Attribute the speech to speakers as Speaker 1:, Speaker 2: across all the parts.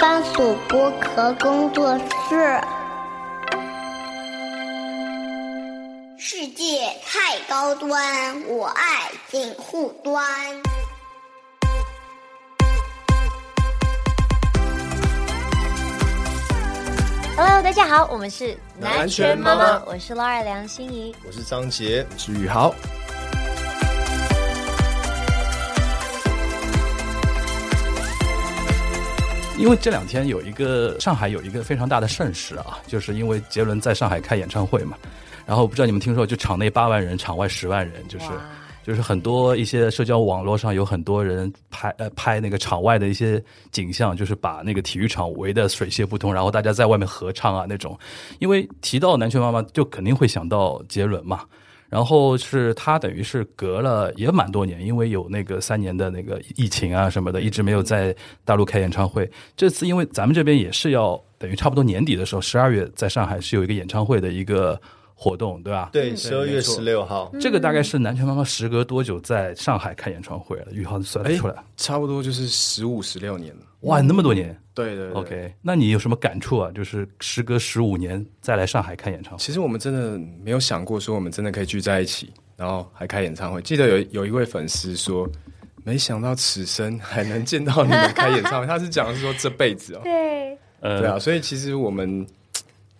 Speaker 1: 番薯剥壳工作室。世界太高端，我爱锦户端。
Speaker 2: Hello，大家好，我们是
Speaker 3: 南拳妈妈
Speaker 2: 我是 Laura 梁心怡。
Speaker 3: 我是张杰，我是宇豪。
Speaker 4: 因为这两天有一个上海有一个非常大的盛事啊，就是因为杰伦在上海开演唱会嘛，然后不知道你们听说，就场内八万人，场外十万人，就是
Speaker 2: 哇
Speaker 4: 就是很多一些社交网络上有很多人拍呃拍那个场外的一些景象，就是把那个体育场围得水泄不通，然后大家在外面合唱啊那种。因为提到南拳妈妈，就肯定会想到杰伦嘛。然后是他等于是隔了也蛮多年，因为有那个三年的那个疫情啊什么的，一直没
Speaker 5: 嗯
Speaker 4: 有在大陆开演唱会。这次因为咱们这边也是要等于差不多年底的时候，十二月在上海是有一个演唱会的一个活动，对吧？。
Speaker 3: 对，十二月十六号，
Speaker 4: 这个大
Speaker 5: 嗯
Speaker 4: 概是南拳妈妈时隔多久在上海开演唱会了？宇浩算
Speaker 5: 哎
Speaker 4: 得出来？
Speaker 5: 差不多就是十五十六年了。
Speaker 4: 哇，那么多年
Speaker 5: 对对对
Speaker 4: ！OK，那你有什么感触啊？就是时隔十五年再来上海看演唱会，
Speaker 5: 其实我们真的没有想过说我们真的可以聚在一起，然后还开演唱会。记得有有一位粉丝说，没想到此生还能见到 哦你们开演唱会，他是讲说这辈子哦。
Speaker 2: 对，
Speaker 4: 呃
Speaker 5: 对啊，所以其实我们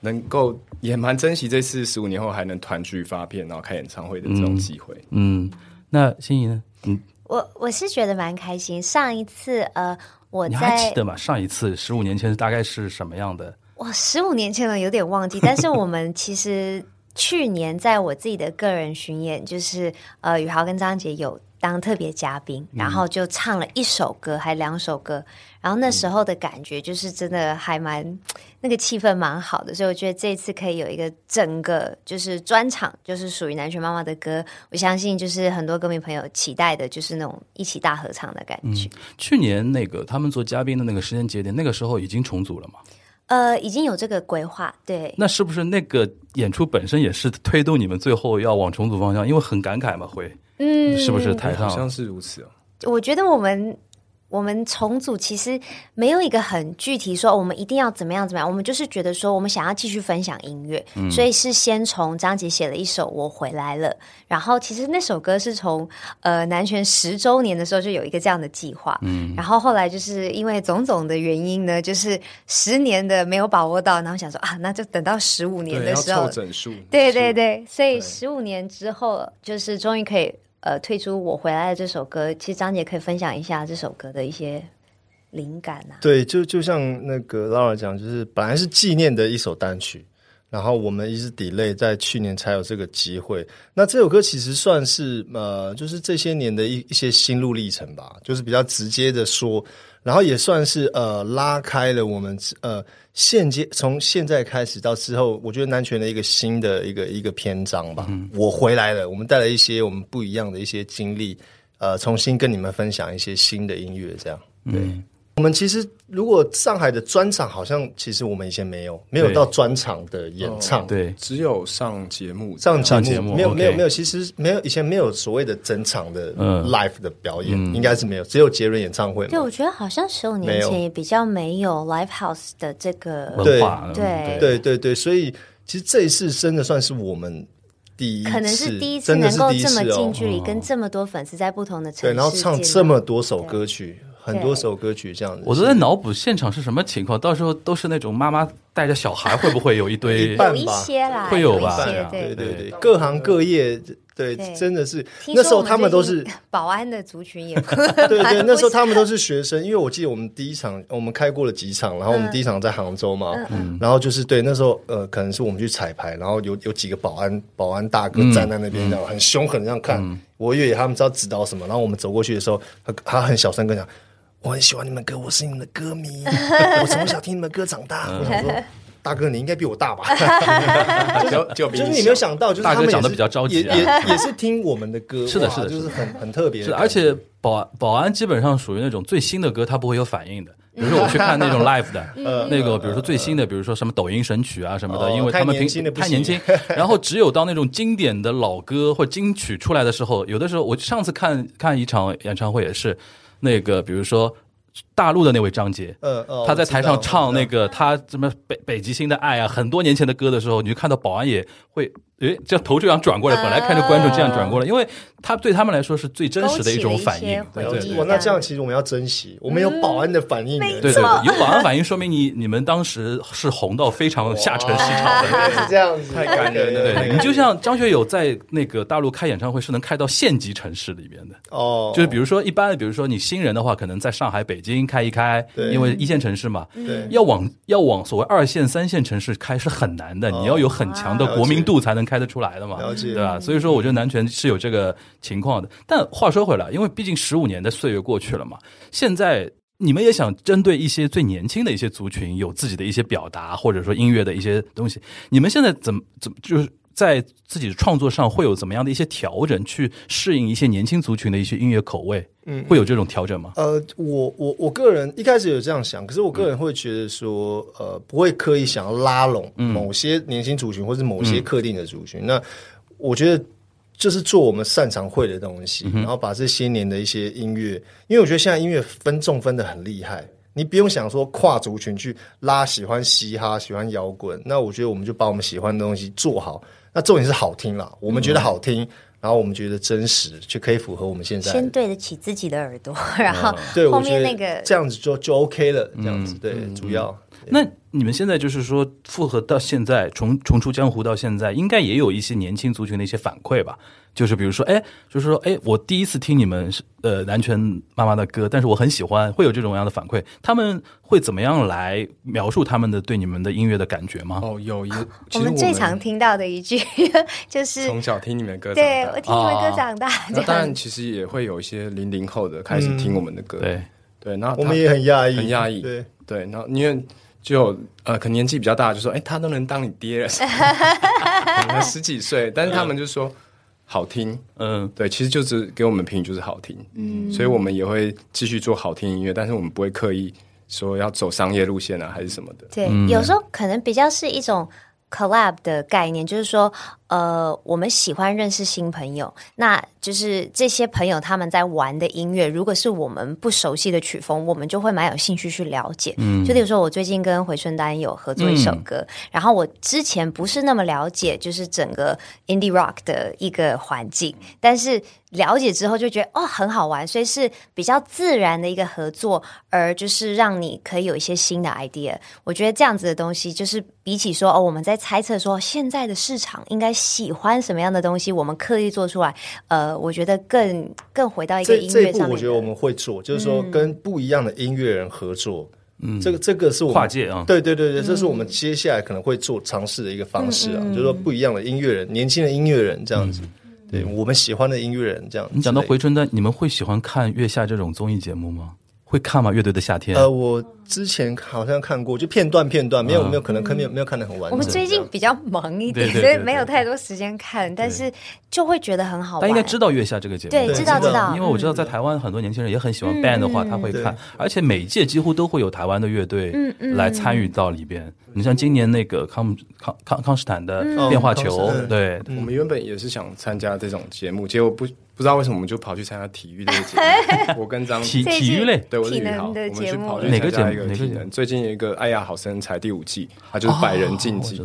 Speaker 5: 能够也蛮珍惜这次十五年后还能团聚发片，然后开演唱会的这种机会。
Speaker 4: 嗯，那心怡呢？嗯，
Speaker 2: 我我是觉得蛮开心。上一次呃，我
Speaker 4: 你还记
Speaker 2: 在
Speaker 4: 得吗？上一次十五年前大概是什么样的？
Speaker 2: 我十五年前了，有点忘记。但是我们其实去年在我自己的个人巡演，就是呃，宇豪跟张杰有当特别嘉宾，然后就唱了一首歌，还两首歌。然后那时候的感觉就是真的还蛮那个气氛蛮好的，所以我觉得这次可以有一个整个就是专场，就是属于南拳妈妈的歌。我相信就是很多歌迷朋友期待的，就是那种一起大合唱的感觉。
Speaker 4: 去年那个他们做嘉宾的那个时间节点，那个时候已经重组了嘛？
Speaker 2: 呃，已经有这个规划，对。
Speaker 4: 那是不是那个演出本身也是推动你们最后要往重组方向？因为很感慨嘛，会，嗯，是不是台
Speaker 5: 好像
Speaker 4: 上？
Speaker 5: 是如此哦。
Speaker 2: 我觉得我们我们重组其实没有一个很具体说我们一定要怎么样怎么样，我们就是觉得说我们想要继续分享音乐，
Speaker 5: 嗯
Speaker 2: 所以是先从张杰写了一首《我回来了》，然后其实那首歌是从呃南拳十周年的时候就有一个这样的计划，嗯，然后后来就是因为种种的原因呢，就是十年的没有把握到，然后想说啊，那就等到十五年
Speaker 5: 对，
Speaker 2: 的
Speaker 5: 要
Speaker 2: 时候
Speaker 5: 凑整数。
Speaker 2: 对对对，所以
Speaker 5: 对
Speaker 2: 十五年之后，就是终于可以呃推出《我回来了》这首歌。其实张姐可以分享一下这首歌的一些灵感啊。
Speaker 3: 对，就就像那个 Laura 讲，就是本来是纪念的一首单曲，然后我们一直 delay，在去年才有这个机会。那这首歌其实算是呃，就是这些年的一一些心路历程吧，就是比较直接的说，然后也算是呃拉开了我们呃现阶从现在开始到之后，我觉得南拳的一个新的一个一个篇章吧。我回来了，我们带来一些我们不一样的一些经历，呃，重新跟你们分享一些新的音乐，这样对。我们其实如果上海的专场，好像其实我们以前没有，没有
Speaker 4: 对
Speaker 3: 到专场的演唱，
Speaker 4: 哦对，
Speaker 5: 只有上节目这样
Speaker 3: 上节目
Speaker 4: 上节目
Speaker 3: 没有
Speaker 4: OK
Speaker 3: 没有没有，其实没有以前没有所谓的整场的
Speaker 4: 嗯
Speaker 3: live 的表演，应该是没有，只有杰伦演唱会
Speaker 2: 对，
Speaker 3: 嘛。
Speaker 2: 我觉得好像十五
Speaker 3: 没
Speaker 2: 年
Speaker 3: 有
Speaker 2: 前也比较没有 live house 的这个，
Speaker 4: 文化，
Speaker 2: 对
Speaker 4: 嗯
Speaker 3: 对对对，所以其实这一次真的算是我们第一次，
Speaker 2: 可能是第一次
Speaker 3: 真的
Speaker 2: 能
Speaker 3: 是
Speaker 2: 够
Speaker 3: 第一
Speaker 2: 这么
Speaker 3: 次哦
Speaker 2: 近距离跟这么多粉丝在不同的城
Speaker 3: 对，
Speaker 2: 市见面，
Speaker 3: 然后唱这么多首歌曲，很多首歌曲这样子，
Speaker 4: 我都在脑补现场是什么情况，到时候都是那种妈妈带着小孩，会不会有一堆
Speaker 3: 一半
Speaker 2: 有一些啦，
Speaker 4: 会有
Speaker 2: 有一
Speaker 4: 吧
Speaker 2: 些
Speaker 3: 对
Speaker 2: 对。
Speaker 3: 对对，
Speaker 4: 对
Speaker 3: 各行各业。对
Speaker 2: 对，
Speaker 3: 真的是
Speaker 2: 听
Speaker 3: 那
Speaker 2: 说
Speaker 3: 时候
Speaker 2: 我
Speaker 3: 他们都
Speaker 2: 最
Speaker 3: 是
Speaker 2: 近 保安的族 群也
Speaker 3: 对对，那时候
Speaker 2: 他
Speaker 3: 他们都是学生，因为我记得我们第一场，我们开过了几场，然后我们第一场在杭州嘛，然后就是对那时候呃，可能是我们去彩排，然后有有几个保安保安大哥站在那
Speaker 4: 嗯
Speaker 3: 边这样、很凶狠这样看，我以为他们知道指导什么，然后我们走过去的时候，他他很小声跟我讲，我很喜欢你们歌，我是你们的歌迷，我从小听你们歌长大，我想说。大哥，你应该比我大 吧？
Speaker 5: 就就 比
Speaker 3: 就是你没有想到，就是他们
Speaker 4: 大哥
Speaker 3: 也
Speaker 4: 长得
Speaker 3: 是
Speaker 4: 比较着急啊
Speaker 3: 也也也是听我们的歌，
Speaker 4: 是的
Speaker 3: 哇
Speaker 4: 是的
Speaker 3: 就是是很很特别的
Speaker 4: 是，
Speaker 3: 感觉。
Speaker 4: 而且保安保安基本上属于那种最新的歌，他不会有反应的。比如说我去看 那种 live 的，
Speaker 3: 嗯
Speaker 4: 那个比如说最新的，比如说什么抖音神曲啊什么的，
Speaker 3: 哦
Speaker 4: 因为他们
Speaker 3: 太年轻的
Speaker 4: 平
Speaker 3: 不
Speaker 4: 太年轻
Speaker 3: 行，
Speaker 4: 然后只有到那种经典的老歌或金曲出来的时候，有的时候我上次看看一场演唱会也是，那个比如说大陆的那位张杰，
Speaker 3: 呃哦
Speaker 4: 他在台上唱那
Speaker 3: 个
Speaker 4: 个他什么北北极星的爱啊，很多年前的歌的时候，你就看到保安也会，诶，这样头这样转
Speaker 2: 啊
Speaker 4: 过来，本来看着观众这样转过来，因为他对他们来说是最真实的种反应。
Speaker 2: 勾
Speaker 4: 对
Speaker 2: 起了
Speaker 4: 对
Speaker 2: 一些
Speaker 4: 对
Speaker 2: 回忆
Speaker 3: 哇，哦那这样其实我们要珍惜，我们有保安的反应耶，
Speaker 4: 对对，对有保安反应，说明你你们当时是红到非常下沉市场的。
Speaker 3: 对这样子
Speaker 5: 太感人了
Speaker 4: 对
Speaker 5: 对
Speaker 4: 你就像张学友在那个大陆开演唱会是能开到县级城市里面的，
Speaker 3: 哦，
Speaker 4: 就是比如说一般，比如说你新人的话，可能在上海、北京开一开，
Speaker 3: 对
Speaker 4: 因为一线城市嘛，
Speaker 3: 对
Speaker 4: 要往要往所谓二线、三线城市开是很难的，
Speaker 3: 哦
Speaker 4: 你要有很强的
Speaker 3: 了解
Speaker 4: 国民度才能开得出来的嘛，
Speaker 3: 了解
Speaker 4: 对吧？所以说，我觉得南拳是有这个情况的。但话说回来，因为毕竟十五年的岁月过去了嘛，现在。你们也想针对一些最年轻的一些族群有自己的一些表达，或者说音乐的一些东西，你们现在怎么怎么就是在自己的创作上会有怎么样的一些调整，去适应一些年轻族群的一些音乐口味？嗯，会有这种调整吗？
Speaker 3: 呃，我我我个人一开始有这样想，可是我个人会觉得说，呃，不会刻意想要拉拢某些年轻族群或是某些特定的族群。那我觉得就是做我们擅长会的东西，然后把这些年的一些音乐，因为我觉得现在音乐分众分的很厉害。你不用想说跨族群去拉喜欢嘻哈、喜欢摇滚，那我觉得我们就把我们喜欢的东西做好。那重点是好听啦，我们觉得好听，然后我们觉得真实，就可以符合我们现在的
Speaker 2: 先对得起自己的耳朵，然后
Speaker 3: 嗯 对，
Speaker 2: 后
Speaker 3: 我觉
Speaker 2: 面
Speaker 3: 得
Speaker 2: 那个
Speaker 3: 这样子就就 OK 了，这样子、
Speaker 4: 嗯
Speaker 3: 对，主要
Speaker 4: 那你们现在就是说复合到现在，重重出江湖到现在，应该也有一些年轻族群的一些反馈吧？就是比如说，哎，就是说，哎，我第一次听你们是呃南拳妈妈的歌，但是我很喜欢，会有这种样的反馈。他们会怎么样来描述他们的对你们的音乐的感觉吗？
Speaker 5: 哦，有一，
Speaker 2: 我
Speaker 5: 其实
Speaker 2: 们最常听到的一句 就是
Speaker 5: 从小听你们的歌长
Speaker 2: 对我
Speaker 5: 大，哦
Speaker 2: 听你们歌长大，这
Speaker 5: 那当
Speaker 2: 样
Speaker 5: 然其实也会有一些零零后的开始听我们的歌，
Speaker 4: 对，
Speaker 5: 对，那
Speaker 3: 嗯我
Speaker 5: 他
Speaker 3: 们也很讶异，
Speaker 5: 很讶异
Speaker 3: 对，
Speaker 5: 对，然后因为就有呃，可能年纪比较大，就说哎、他都能当你爹 了，可能十几岁，但是他们就说好听，
Speaker 4: 嗯，
Speaker 5: 对，其实就是给我们评语就是好听，嗯，所以我们也会继续做好听音乐，但是我们不会刻意说要走商业路线啊，还是什么的，
Speaker 2: 对，有时候可能比较是一种 collab 的概念，就是说，呃，我们喜欢认识新朋友，那就是这些朋友他们在玩的音乐，如果是我们不熟悉的曲风，我们就会蛮有兴趣去了解。嗯，就比如说我最近跟回春丹有合作一首歌，然后我之前不是那么了解，就是整个 indie rock 的一个环境，但是。了解之后就觉得哦很好玩，所以是比较自然的一个合作，而就是让你可以有一些新的 idea。我觉得这样子的东西，就是比起说哦我们在猜测说现在的市场应该喜欢什么样的东西，我们刻意做出来，呃，我觉得更更回到一个
Speaker 3: 这
Speaker 2: 音
Speaker 3: 这一
Speaker 2: 乐
Speaker 3: 步
Speaker 2: 上面的。嗯
Speaker 3: 我觉得我们会做，就是说跟不一样的音乐人合作，嗯，这个这个是我们
Speaker 4: 跨界啊
Speaker 3: 对对对对，这是我
Speaker 2: 嗯
Speaker 3: 们接下来可能会做尝试的一个方式啊，就是说不一样的音乐人，年轻的音乐人这样子，
Speaker 2: 嗯
Speaker 3: 对我们喜欢的音乐人这样。
Speaker 4: 嗯你讲到回。春丹，你们会喜欢看月下这种综艺节目吗？会看吗？乐队的夏天？
Speaker 3: 呃，我之前好像看过，就片段片段，没
Speaker 4: 啊
Speaker 3: 有没有可能看没有没有看的很
Speaker 2: 嗯
Speaker 3: 完
Speaker 2: 我
Speaker 3: 整
Speaker 2: 们
Speaker 3: 这样。
Speaker 2: 最近比较忙一点，
Speaker 4: 对对对
Speaker 2: 所以
Speaker 4: 对
Speaker 2: 没有太多时间看，但是就会觉得很好
Speaker 4: 大
Speaker 2: 玩。
Speaker 4: 家应该知道月下这个节目，
Speaker 2: 对
Speaker 3: 知道知道嗯
Speaker 4: 因为我知道在台湾很多年轻人也很喜欢 band 的话，他会看
Speaker 3: 对，
Speaker 4: 而且每一届几乎都会有台湾的乐队
Speaker 3: 嗯
Speaker 4: 来参与到里边。你像今年那个康康康康斯坦的
Speaker 3: 嗯
Speaker 4: 变化球
Speaker 3: 康斯，坦嗯
Speaker 4: 对，
Speaker 5: 我们原本也是想参加这种节目，结果不不知道为什么我们就跑去参加体育类节 目，我跟张
Speaker 4: 体
Speaker 2: 这一季
Speaker 4: 体育类
Speaker 5: 对，我是
Speaker 2: 体
Speaker 5: 宇
Speaker 2: 能
Speaker 5: 豪，我
Speaker 2: 的
Speaker 5: 们
Speaker 2: 节
Speaker 5: 去
Speaker 2: 目
Speaker 5: 跑去
Speaker 4: 哪个
Speaker 5: 参加
Speaker 4: 节目
Speaker 5: 一个
Speaker 4: 哪个
Speaker 5: 体
Speaker 4: 节目
Speaker 5: 能。最近有一个《爱呀好身材》第五季，它就是百人
Speaker 4: 哦
Speaker 5: 竞技，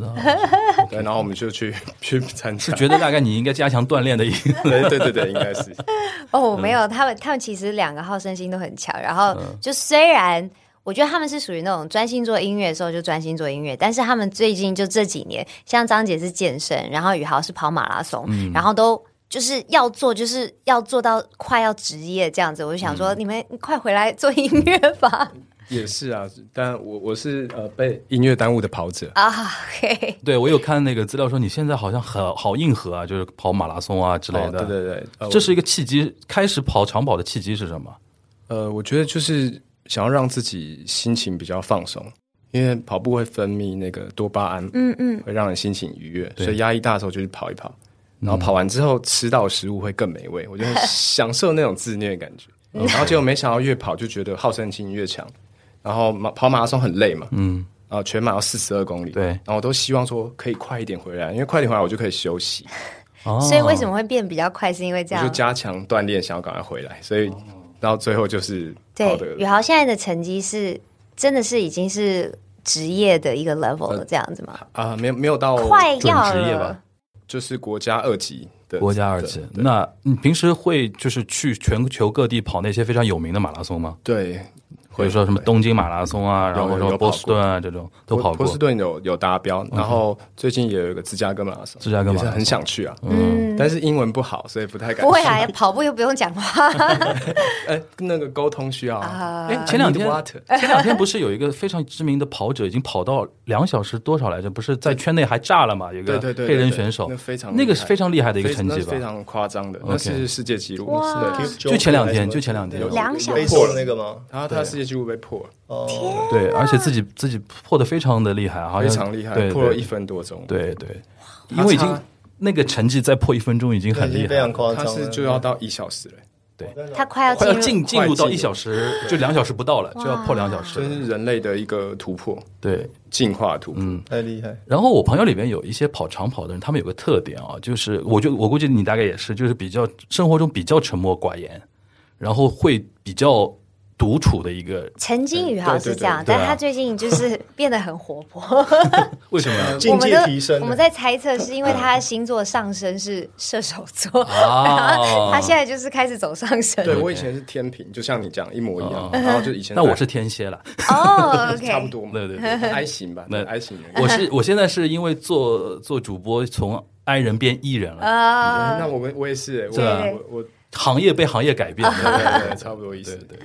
Speaker 5: 对，然后我们就去 去参 加。
Speaker 4: 觉得大概你应该加强锻炼的一个。
Speaker 5: 对对对对，应该是。
Speaker 4: 嗯
Speaker 2: 哦，没有，他们他们其实两个好胜心都很强，然后就虽然。我觉得他们是属于那种专心做音乐的时候就专心做音乐，但是他们最近就这几年，像张姐是健身，然后宇豪是跑马拉松，
Speaker 4: 嗯
Speaker 2: 然后都就是要做，就是要做到快要职业这样子。我就想
Speaker 4: 嗯
Speaker 2: 说，你们快回来做音乐 吧！
Speaker 5: 也是啊，但我我是呃被音乐耽误的跑者，
Speaker 2: 啊、嘿，
Speaker 4: 对我有看那个资料说你现在好像很好硬核啊，就是跑马拉松啊之类
Speaker 5: 哦
Speaker 4: 的。
Speaker 5: 对对对，呃
Speaker 4: 这是一个契机，开始跑长跑的契机是什么？
Speaker 5: 呃，我觉得就是想要让自己心情比较放松，因为跑步会分泌那个多巴胺，嗯嗯，会让人心情愉悦，所以压力大的时候就去跑一跑，然后跑完之后吃到的食物会更美味，我就 很享受那种自虐的感觉。
Speaker 2: 嗯
Speaker 5: 然后结果没想到越跑就觉得好胜心越强，然后马跑马拉松很累嘛，嗯，然后全马要四十二公里，
Speaker 4: 对
Speaker 5: 然后我都希望说可以快一点回来，因为快一点回来我就可以休息，
Speaker 4: 哦
Speaker 2: 所以为什么会变比较快，是因为这
Speaker 5: 我
Speaker 2: 样
Speaker 5: 就。加强锻炼，想要赶快回来，所以然后最后就是
Speaker 2: 对
Speaker 5: 跑的，
Speaker 2: 宇豪现在的成绩是真的是已经是职业的一个 level 了，这样子吗？
Speaker 5: 啊、没有没有到
Speaker 2: 快要
Speaker 4: 呃准职业
Speaker 2: 了
Speaker 4: 吧，
Speaker 5: 就是国家二级的
Speaker 4: 国家二
Speaker 5: 的
Speaker 4: 级。那你平时会就是去全球各地跑那些非常有名的马拉松吗？
Speaker 5: 对，
Speaker 4: 或者说什么东京马拉松啊，然后
Speaker 5: 有
Speaker 4: 什么
Speaker 5: 有
Speaker 4: 波
Speaker 5: 跑
Speaker 4: 士
Speaker 5: 过
Speaker 4: 顿啊这种都
Speaker 5: 波
Speaker 4: 跑
Speaker 5: 波
Speaker 4: 过嗯
Speaker 5: 士。顿有有达标，然后最近也有一个芝加哥马拉松，
Speaker 4: 芝加哥马拉松
Speaker 5: 也是很想去啊，
Speaker 2: 嗯，
Speaker 5: 但是英文不好，所以不太敢。
Speaker 2: 不会啊，，跑步又不用讲话
Speaker 5: 哎，那个沟通需要啊。
Speaker 2: 啊。
Speaker 4: 哎，前两
Speaker 5: I need
Speaker 4: 天
Speaker 5: water
Speaker 4: 前两天不是有一个非常知名的跑者已经跑到两小时多少来着？不是在圈内还炸了嘛？有一
Speaker 5: 对
Speaker 4: 个
Speaker 5: 对对，
Speaker 4: 黑人
Speaker 5: 对
Speaker 4: 选手，
Speaker 5: 那非常
Speaker 4: 那个
Speaker 5: 厉害
Speaker 4: 是非常厉害的一个
Speaker 5: 非
Speaker 4: 成
Speaker 5: 那
Speaker 4: 绩
Speaker 5: 是
Speaker 4: 吧
Speaker 5: 非？常夸张的，那是世界纪录，
Speaker 2: 哇
Speaker 5: 是的，
Speaker 2: Keep
Speaker 4: 就前两天，就前两天，
Speaker 2: 两小
Speaker 3: 被
Speaker 2: 时
Speaker 3: 破了那个吗？
Speaker 5: 然后他世界纪录被破了，
Speaker 3: 哦，
Speaker 4: 对，而且自己自己破的非常的厉害，好
Speaker 5: 非
Speaker 4: 像
Speaker 5: 常厉害，
Speaker 4: 对
Speaker 5: 破了
Speaker 4: 对
Speaker 5: 一分多钟。
Speaker 4: 对对，因为已经
Speaker 5: 差
Speaker 4: 那个成绩再破一分钟已经
Speaker 3: 那
Speaker 4: 很
Speaker 3: 已经
Speaker 4: 厉
Speaker 3: 非
Speaker 4: 害啊
Speaker 3: 常
Speaker 4: 了，
Speaker 3: 夸张
Speaker 5: 他
Speaker 3: 了，
Speaker 5: 是就要到一小时了，
Speaker 2: 他快要
Speaker 4: 快要
Speaker 2: 进入
Speaker 4: 进进入
Speaker 5: 快进
Speaker 4: 到
Speaker 5: 入
Speaker 4: 一小时，就两小时不到了，就要破两小时
Speaker 5: 这
Speaker 4: 了。
Speaker 5: 是人类的一个突破，
Speaker 4: 对，
Speaker 5: 进化突破。
Speaker 4: 嗯
Speaker 3: 太厉害。
Speaker 4: 然后我朋友里边有一些跑长跑的人，他们有个特点啊，就是我就我估计你大概也是，就是比较生活中比较沉默寡言，然后会比较独处的一个。
Speaker 2: 曾经宇豪是这样，
Speaker 4: 对对对对啊
Speaker 2: 但他最近就是变得很活 泼。
Speaker 4: 为什么
Speaker 2: 嗯
Speaker 4: 呀？
Speaker 3: 境界提升了啊
Speaker 2: 我们在猜测是因为他星座上升是 射手座，
Speaker 4: 啊
Speaker 2: 他现在就是开始走上升。
Speaker 5: 对我以前是天平，就像你讲一模一样，
Speaker 4: 嗯
Speaker 5: 然后就以前
Speaker 4: 那我是天蝎了，
Speaker 2: 哦，OK，
Speaker 5: 差不多嘛，
Speaker 4: 对对对
Speaker 5: I 型吧，
Speaker 4: 那
Speaker 5: I 型人。
Speaker 4: 我是我现在是因为做做主播从 I 人变 E 人了，
Speaker 2: 啊，
Speaker 5: 那我们我也是，我
Speaker 4: 对啊
Speaker 5: 我我
Speaker 4: 行业被行业改变。对
Speaker 5: 对对对差不多意思。对，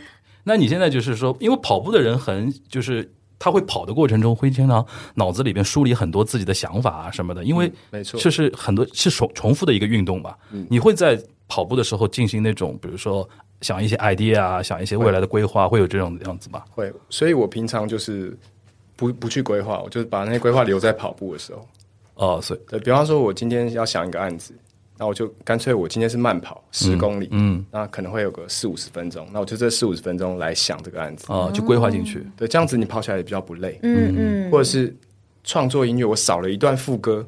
Speaker 4: 那你现在就是说，因为跑步的人很就是。他会跑的过程中，会经常脑子里边梳理很多自己的想法啊什么的，因为
Speaker 5: 没错
Speaker 4: 就是很多是重重复的一个运动嘛。你会在跑步的时候进行那种，比如说想一些 idea 啊，想一些未来的规划，会有这种样子吧？
Speaker 5: 会，所以我平常就是不不去规划，我就是把那些规划留在跑步的时候。
Speaker 4: 哦，所以
Speaker 5: 对比方说，我今天要想一个案子，那我就干脆我今天是慢跑十公里，嗯，那可能会有个四五十分钟，那我就这四五十分钟来想这个案子。
Speaker 4: 啊，就规划进去。
Speaker 5: 对，这样子你跑起来也比较不累，
Speaker 2: 嗯嗯，
Speaker 5: 或者是创作音乐，我少了一段副歌，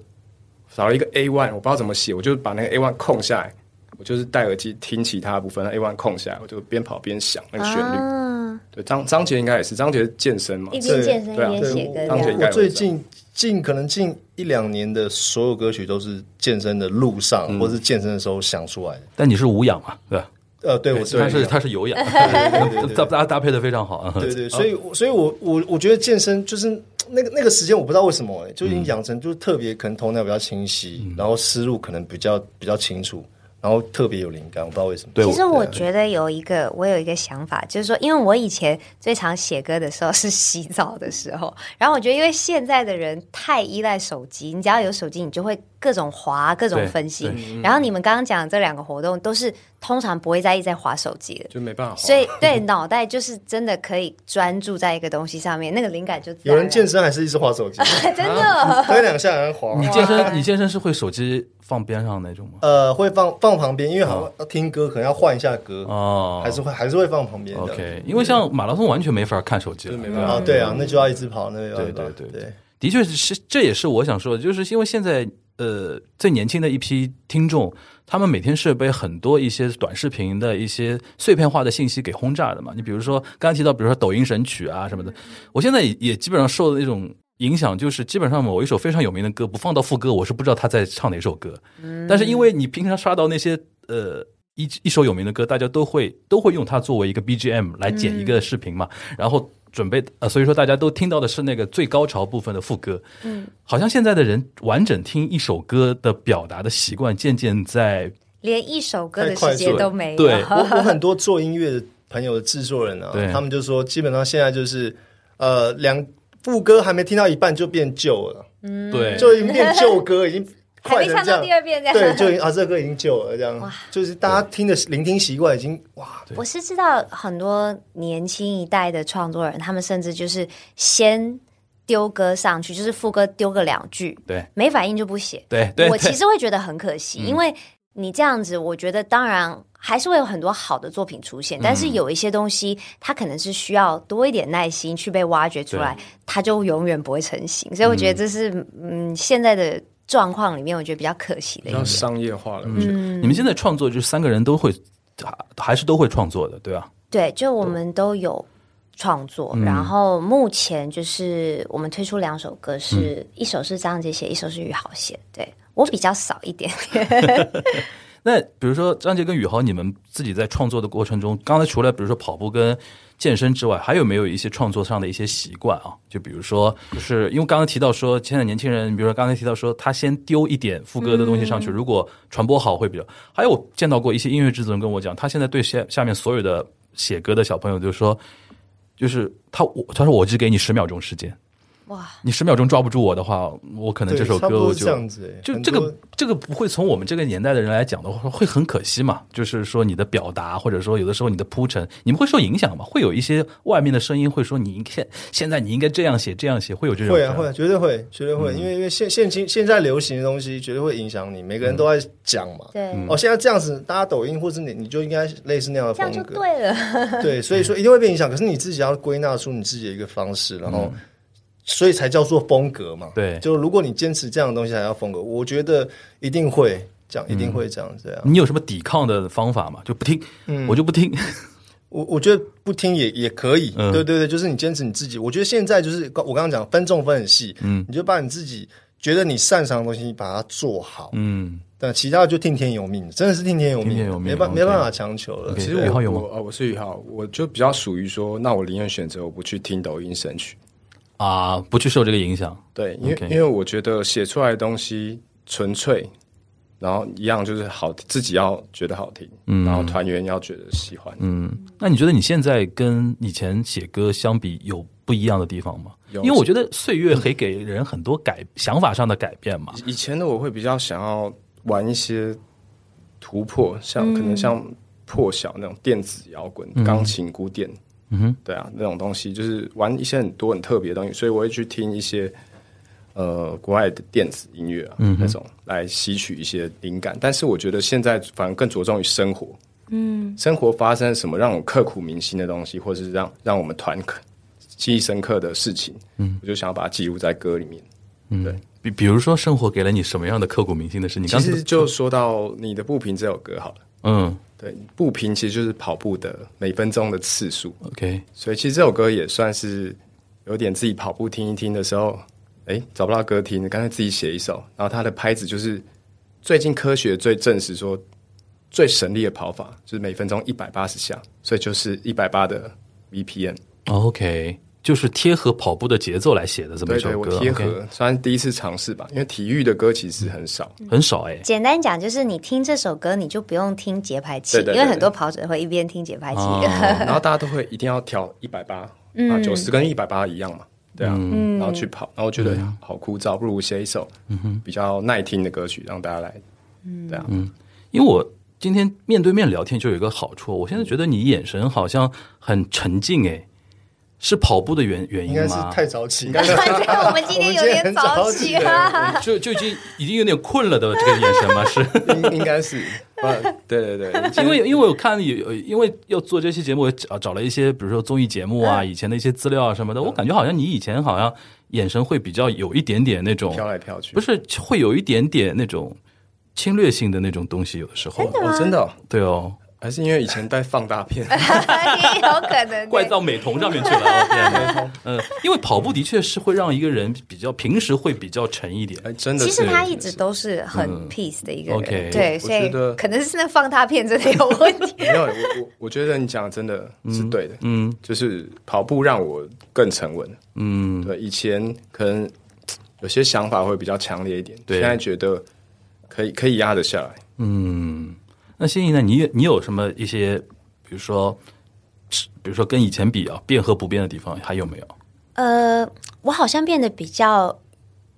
Speaker 5: 少了一个 A one，我不知道怎么写，我就把那个 A one 空下来，我就是戴耳机听其他部分，A one 空下来，我就边跑边想那个旋律。
Speaker 2: 啊，
Speaker 5: 对，张张杰应该也是，张杰健身嘛
Speaker 2: 一，边健身一
Speaker 5: 对啊
Speaker 2: 边
Speaker 3: 对
Speaker 2: 写歌，
Speaker 5: 当
Speaker 2: 这
Speaker 5: 前
Speaker 2: 样
Speaker 5: 应该
Speaker 3: 我
Speaker 5: 有
Speaker 3: 最近近可能近一两年的所有歌曲都是健身的路上，或是健身的时候想出来的。
Speaker 4: 但你是无氧嘛，对吧？
Speaker 3: 呃，对，我
Speaker 4: 他是
Speaker 3: 对
Speaker 4: 他是有氧，
Speaker 3: 对
Speaker 4: 搭搭搭配的非常好啊。
Speaker 3: 对对，所以我所以我我我觉得健身就是那个那个时间，我不知道为什么、欸，就已经养成就是特别可能头脑比较清晰，然后思路可能比较比较清楚，然后特别有灵感，我不知道为什么。
Speaker 4: 对
Speaker 2: 其实我觉得有一个，我有一个想法，就是说，因为我以前最常写歌的时候 是洗澡的时候，然后我觉得，因为现在的人太依赖手机，你只要有手机，你就会各种滑、各种
Speaker 4: 对
Speaker 2: 分析。然后你们刚刚讲的这两个活动，都是通常不会在意在滑手机的，
Speaker 5: 就没办法滑。
Speaker 2: 所以
Speaker 3: 哦
Speaker 2: 对脑袋就是真的可以专注在一个东西上面，那个灵感就自然
Speaker 3: 有人健
Speaker 2: 而
Speaker 3: 身还是一直划手机，啊
Speaker 2: 然 真的
Speaker 3: 推两下然后划
Speaker 4: 你。健身你健身是会手机放边上那种吗？
Speaker 3: 呃，会放放旁边，因为好像要听歌，可能要换一下歌，
Speaker 4: 哦，
Speaker 3: 还是会还是会放旁边的。
Speaker 4: OK，因为像马拉松完全没法看手机了，
Speaker 5: 没办
Speaker 4: 对吧
Speaker 5: 法
Speaker 3: 啊，对啊，那就要一直跑，那就要
Speaker 4: 对
Speaker 3: 一直跑
Speaker 4: 对对
Speaker 3: 对。
Speaker 4: 的确是，这也是我想说的，就是因为现在呃最年轻的一批听众，他们每天是被很多一些短视频的一些碎片化的信息给轰炸的嘛。你比如说刚才提到，比如说抖音神曲啊什么
Speaker 5: 嗯
Speaker 4: 的，我现在也也基本上受的那种。影响就是基本上某一首非常有名的歌不放到副歌，我是不知道他在唱哪首歌。
Speaker 2: 嗯
Speaker 4: 但是因为你平常刷到那些呃一一首有名的歌，大家都会都会用它作为一个 BGM 来剪一
Speaker 2: 嗯
Speaker 4: 个视频嘛，然后准备呃，所以说大家都听到的是那个最高潮部分的副歌。嗯，好像现在的人完整听一首歌的表达的习惯，渐渐在
Speaker 2: 连一首歌的
Speaker 3: 太快
Speaker 2: 时间
Speaker 3: 速了
Speaker 2: 都没有。
Speaker 4: 对
Speaker 3: 我我很多做音乐的朋友的制作人啊
Speaker 4: 对，
Speaker 3: 他们就说，基本上现在就是呃，两副歌还没听到一半就变旧了，
Speaker 2: 嗯
Speaker 4: 对
Speaker 3: 就已经变旧歌，已经
Speaker 2: 还
Speaker 3: 快
Speaker 2: 没
Speaker 3: 成
Speaker 2: 唱
Speaker 3: 这
Speaker 2: 到
Speaker 3: 样
Speaker 2: 第。二遍这样。
Speaker 3: 对，就已经啊，这个歌已经旧了，这样就是大家听的聆听习惯已经哇，
Speaker 2: 我是知道很多年轻一代的创作人，他们甚至就是先丢歌上去，就是副歌丢个两句，
Speaker 4: 对
Speaker 2: 没反应就不写。
Speaker 4: 对对嗯
Speaker 2: 我其
Speaker 4: 对
Speaker 2: 实会觉得很可惜，因为你这样子，我觉得当然还是会有很多好的作品出现，
Speaker 4: 嗯
Speaker 2: 但是有一些东西，它可能是需要多一点耐心去被挖掘出来，它就永远不会成型。所以我觉得这是嗯现在的状况里面，我觉得比较可惜的
Speaker 5: 比
Speaker 2: 一点
Speaker 5: 较。
Speaker 2: 嗯
Speaker 5: 商业化了，我觉得。
Speaker 4: 你们现在创作就是三个人都会还还是都会创作的，对吧？
Speaker 2: 对，就我们都有创作，然后目前就是我们推出两首歌是，一首是张杰写，一首是宇豪写。对我比较少一点点，
Speaker 4: 那比如说张杰跟宇豪，你们自己在创作的过程中，刚才除了比如说跑步跟健身之外，还有没有一些创作上的一些习惯啊？就比如说，就是因为刚刚提到说，现在年轻人，比如说刚才提到说，他先丢一点副歌的东西上去，如果传播好会比较。还有我见到过一些音乐制作人跟我讲，他现在对下下面所有的写歌的小朋友就说，就是他我他说我只给你十秒钟时间，
Speaker 2: 哇，
Speaker 4: 你十秒钟抓不住我的话，我可能
Speaker 3: 对
Speaker 4: 这首
Speaker 3: 差不
Speaker 4: 歌
Speaker 3: 多
Speaker 4: 我
Speaker 3: 是
Speaker 4: 就
Speaker 3: 这样子欸，
Speaker 4: 就
Speaker 3: 很
Speaker 4: 这
Speaker 3: 多
Speaker 4: 个这个不会从我们这个年代的人来讲的话，会很可惜嘛。就是说你的表达，或者说有的时候你的铺陈，你们会受影响吗？会有一些外面的声音会说你应该现在你应该这样写这样写，嗯会有这种
Speaker 3: 会啊
Speaker 4: 感
Speaker 3: 会啊，绝对会，绝对会，因为因为现现今现在流行的东西绝对会影响你，每个人都在讲嘛。
Speaker 2: 对，
Speaker 4: 嗯
Speaker 3: 哦，现在这样子，大家抖音或是你，你就应该类似那样 的
Speaker 2: 这样就
Speaker 3: 风格，
Speaker 2: 对了。
Speaker 3: 对，所以说一定会被影响。可是你自己要归纳出你自己的一个方式，然后，所以才叫做风格嘛。
Speaker 4: 嗯对
Speaker 3: 就如果你坚持这样的东西，还要风格，我觉得一定会这样，一定会
Speaker 4: 嗯
Speaker 3: 这样啊这样。
Speaker 4: 你有什么抵抗的方法吗？就不听，我就不听。
Speaker 3: 我我觉得不听也也可以，
Speaker 4: 嗯
Speaker 3: 对对对，就是你坚持你自己。我觉得现在就是刚我刚刚讲分众分很细，嗯，你就把你自己觉得你擅长的东西，你把它做好，
Speaker 4: 嗯，
Speaker 3: 但其他的就听天由命，真的是听天由
Speaker 4: 听
Speaker 3: 命
Speaker 4: 天由，命
Speaker 3: 没办
Speaker 4: OK
Speaker 3: 没办法强求了。
Speaker 4: OK
Speaker 3: 其
Speaker 5: 其
Speaker 3: 实
Speaker 5: 实
Speaker 4: 宇
Speaker 5: 我
Speaker 4: 豪有吗
Speaker 5: 我呃我是宇豪，我就比较属于说，那我宁愿选择我不去听抖音神曲，
Speaker 4: 啊，不去受这个影响。
Speaker 5: 对，因为
Speaker 4: OK
Speaker 5: 因为我觉得写出来的东西纯粹，然后一样就是好，自己要觉得好听，然后团员要觉得喜欢，
Speaker 4: 嗯，那你觉得你现在跟以前写歌相比有不一样的地方吗？因为我觉得岁月可以给人很多改想法上的改变嘛。
Speaker 5: 以前的我会比较想要玩一些突破，像可能像破晓那种电子摇滚、钢琴、古典，嗯
Speaker 4: 哼，
Speaker 5: 对啊，那种东西就是玩一些很多很特别的东西，所以我会去听一些呃国外的电子音乐啊、那种来吸取一些灵感。但是我觉得现在反而更着重于生活，嗯，生活发生什么让我刻骨铭心的东西，或是让让我们团刻记忆深刻的事情，嗯，我就想要把它记录在歌里面，对。
Speaker 4: 比比如说，生活给了你什么样的刻骨铭心的事？你
Speaker 5: 其
Speaker 4: 刚才
Speaker 5: 实就说到你的步频这首歌好了，
Speaker 4: 嗯
Speaker 5: 对，步频其实就是跑步的每分钟的次数，
Speaker 4: ，OK，
Speaker 5: 所以其实这首歌也算是有点自己跑步听一听的时候，哎，找不到歌听，干脆自己写一首。然后它的拍子就是最近科学最证实说最省力的跑法就是每分钟一百八十下，所以就是一百八的 BPM。
Speaker 4: 哦 OK，就是贴合跑步的节奏来写的这么一
Speaker 5: 对
Speaker 4: 首
Speaker 5: 对，我
Speaker 4: 歌
Speaker 5: 贴
Speaker 4: o
Speaker 5: 合，算是第一次尝试吧，因为体育的歌其实很少。
Speaker 4: k 很少哎。
Speaker 2: 简单讲就是，你听这首歌，你就不用听节拍器，
Speaker 5: 对对对哦
Speaker 2: 因为很多跑者会一边听节拍器。
Speaker 4: 啊，
Speaker 5: 然后大家都会一定要调一百八啊，九十跟一百八一样嘛，对啊，
Speaker 4: 嗯
Speaker 5: 然后去跑，然后我觉得
Speaker 4: 啊
Speaker 5: 好枯燥，不如写一首比较耐听的歌曲让大家来，对啊，
Speaker 4: 嗯因为我今天面对面聊天就有一个好处，我现在觉得你眼神好像很沉静哎，是跑步的原原
Speaker 3: 应
Speaker 4: 因
Speaker 3: 该是
Speaker 4: 吗？
Speaker 3: 太早起，应
Speaker 2: 对，我们今天有点早起啊。
Speaker 4: 就就已经已经有点困了的这个眼神吗？是。
Speaker 5: 应应该是，不然对对对，
Speaker 4: 因为因为我看有，因为要做这期节目，我找找了一些，比如说综艺节目啊，以前的一些资料啊什么的，我感觉好像你以前好像眼神会比较有一点点那种
Speaker 5: 飘来飘去，
Speaker 4: 不是会有一点点那种侵略性的那种东西，有的时候。
Speaker 5: 哦，真的哦，
Speaker 4: 对哦，
Speaker 5: 还是因为以前戴放大片，
Speaker 2: 也有可能
Speaker 4: 怪
Speaker 2: 对。
Speaker 4: 到美瞳上面去了。我天哪，嗯，因为跑步的确是会让一个人比较平时会比较沉一点。
Speaker 5: 哎，真的是，
Speaker 2: 其实他一直都是很 peace 的一个人，
Speaker 4: OK
Speaker 2: 对，
Speaker 5: 我
Speaker 2: 所以
Speaker 5: 觉得
Speaker 2: 可能是那放大片真的有问题。
Speaker 5: 没有，我我我觉得你讲的真的是对的，
Speaker 4: 嗯
Speaker 5: 就是跑步让我更沉稳，
Speaker 4: 嗯，
Speaker 5: 对，以前可能有些想法会比较强烈一点，
Speaker 4: 对
Speaker 5: 现在觉得可以可以压得下来。
Speaker 4: 那心怡呢？你你有什么一些，比如说，比如说跟以前比啊，变和不变的地方还有没有？
Speaker 2: 呃，我好像变得比较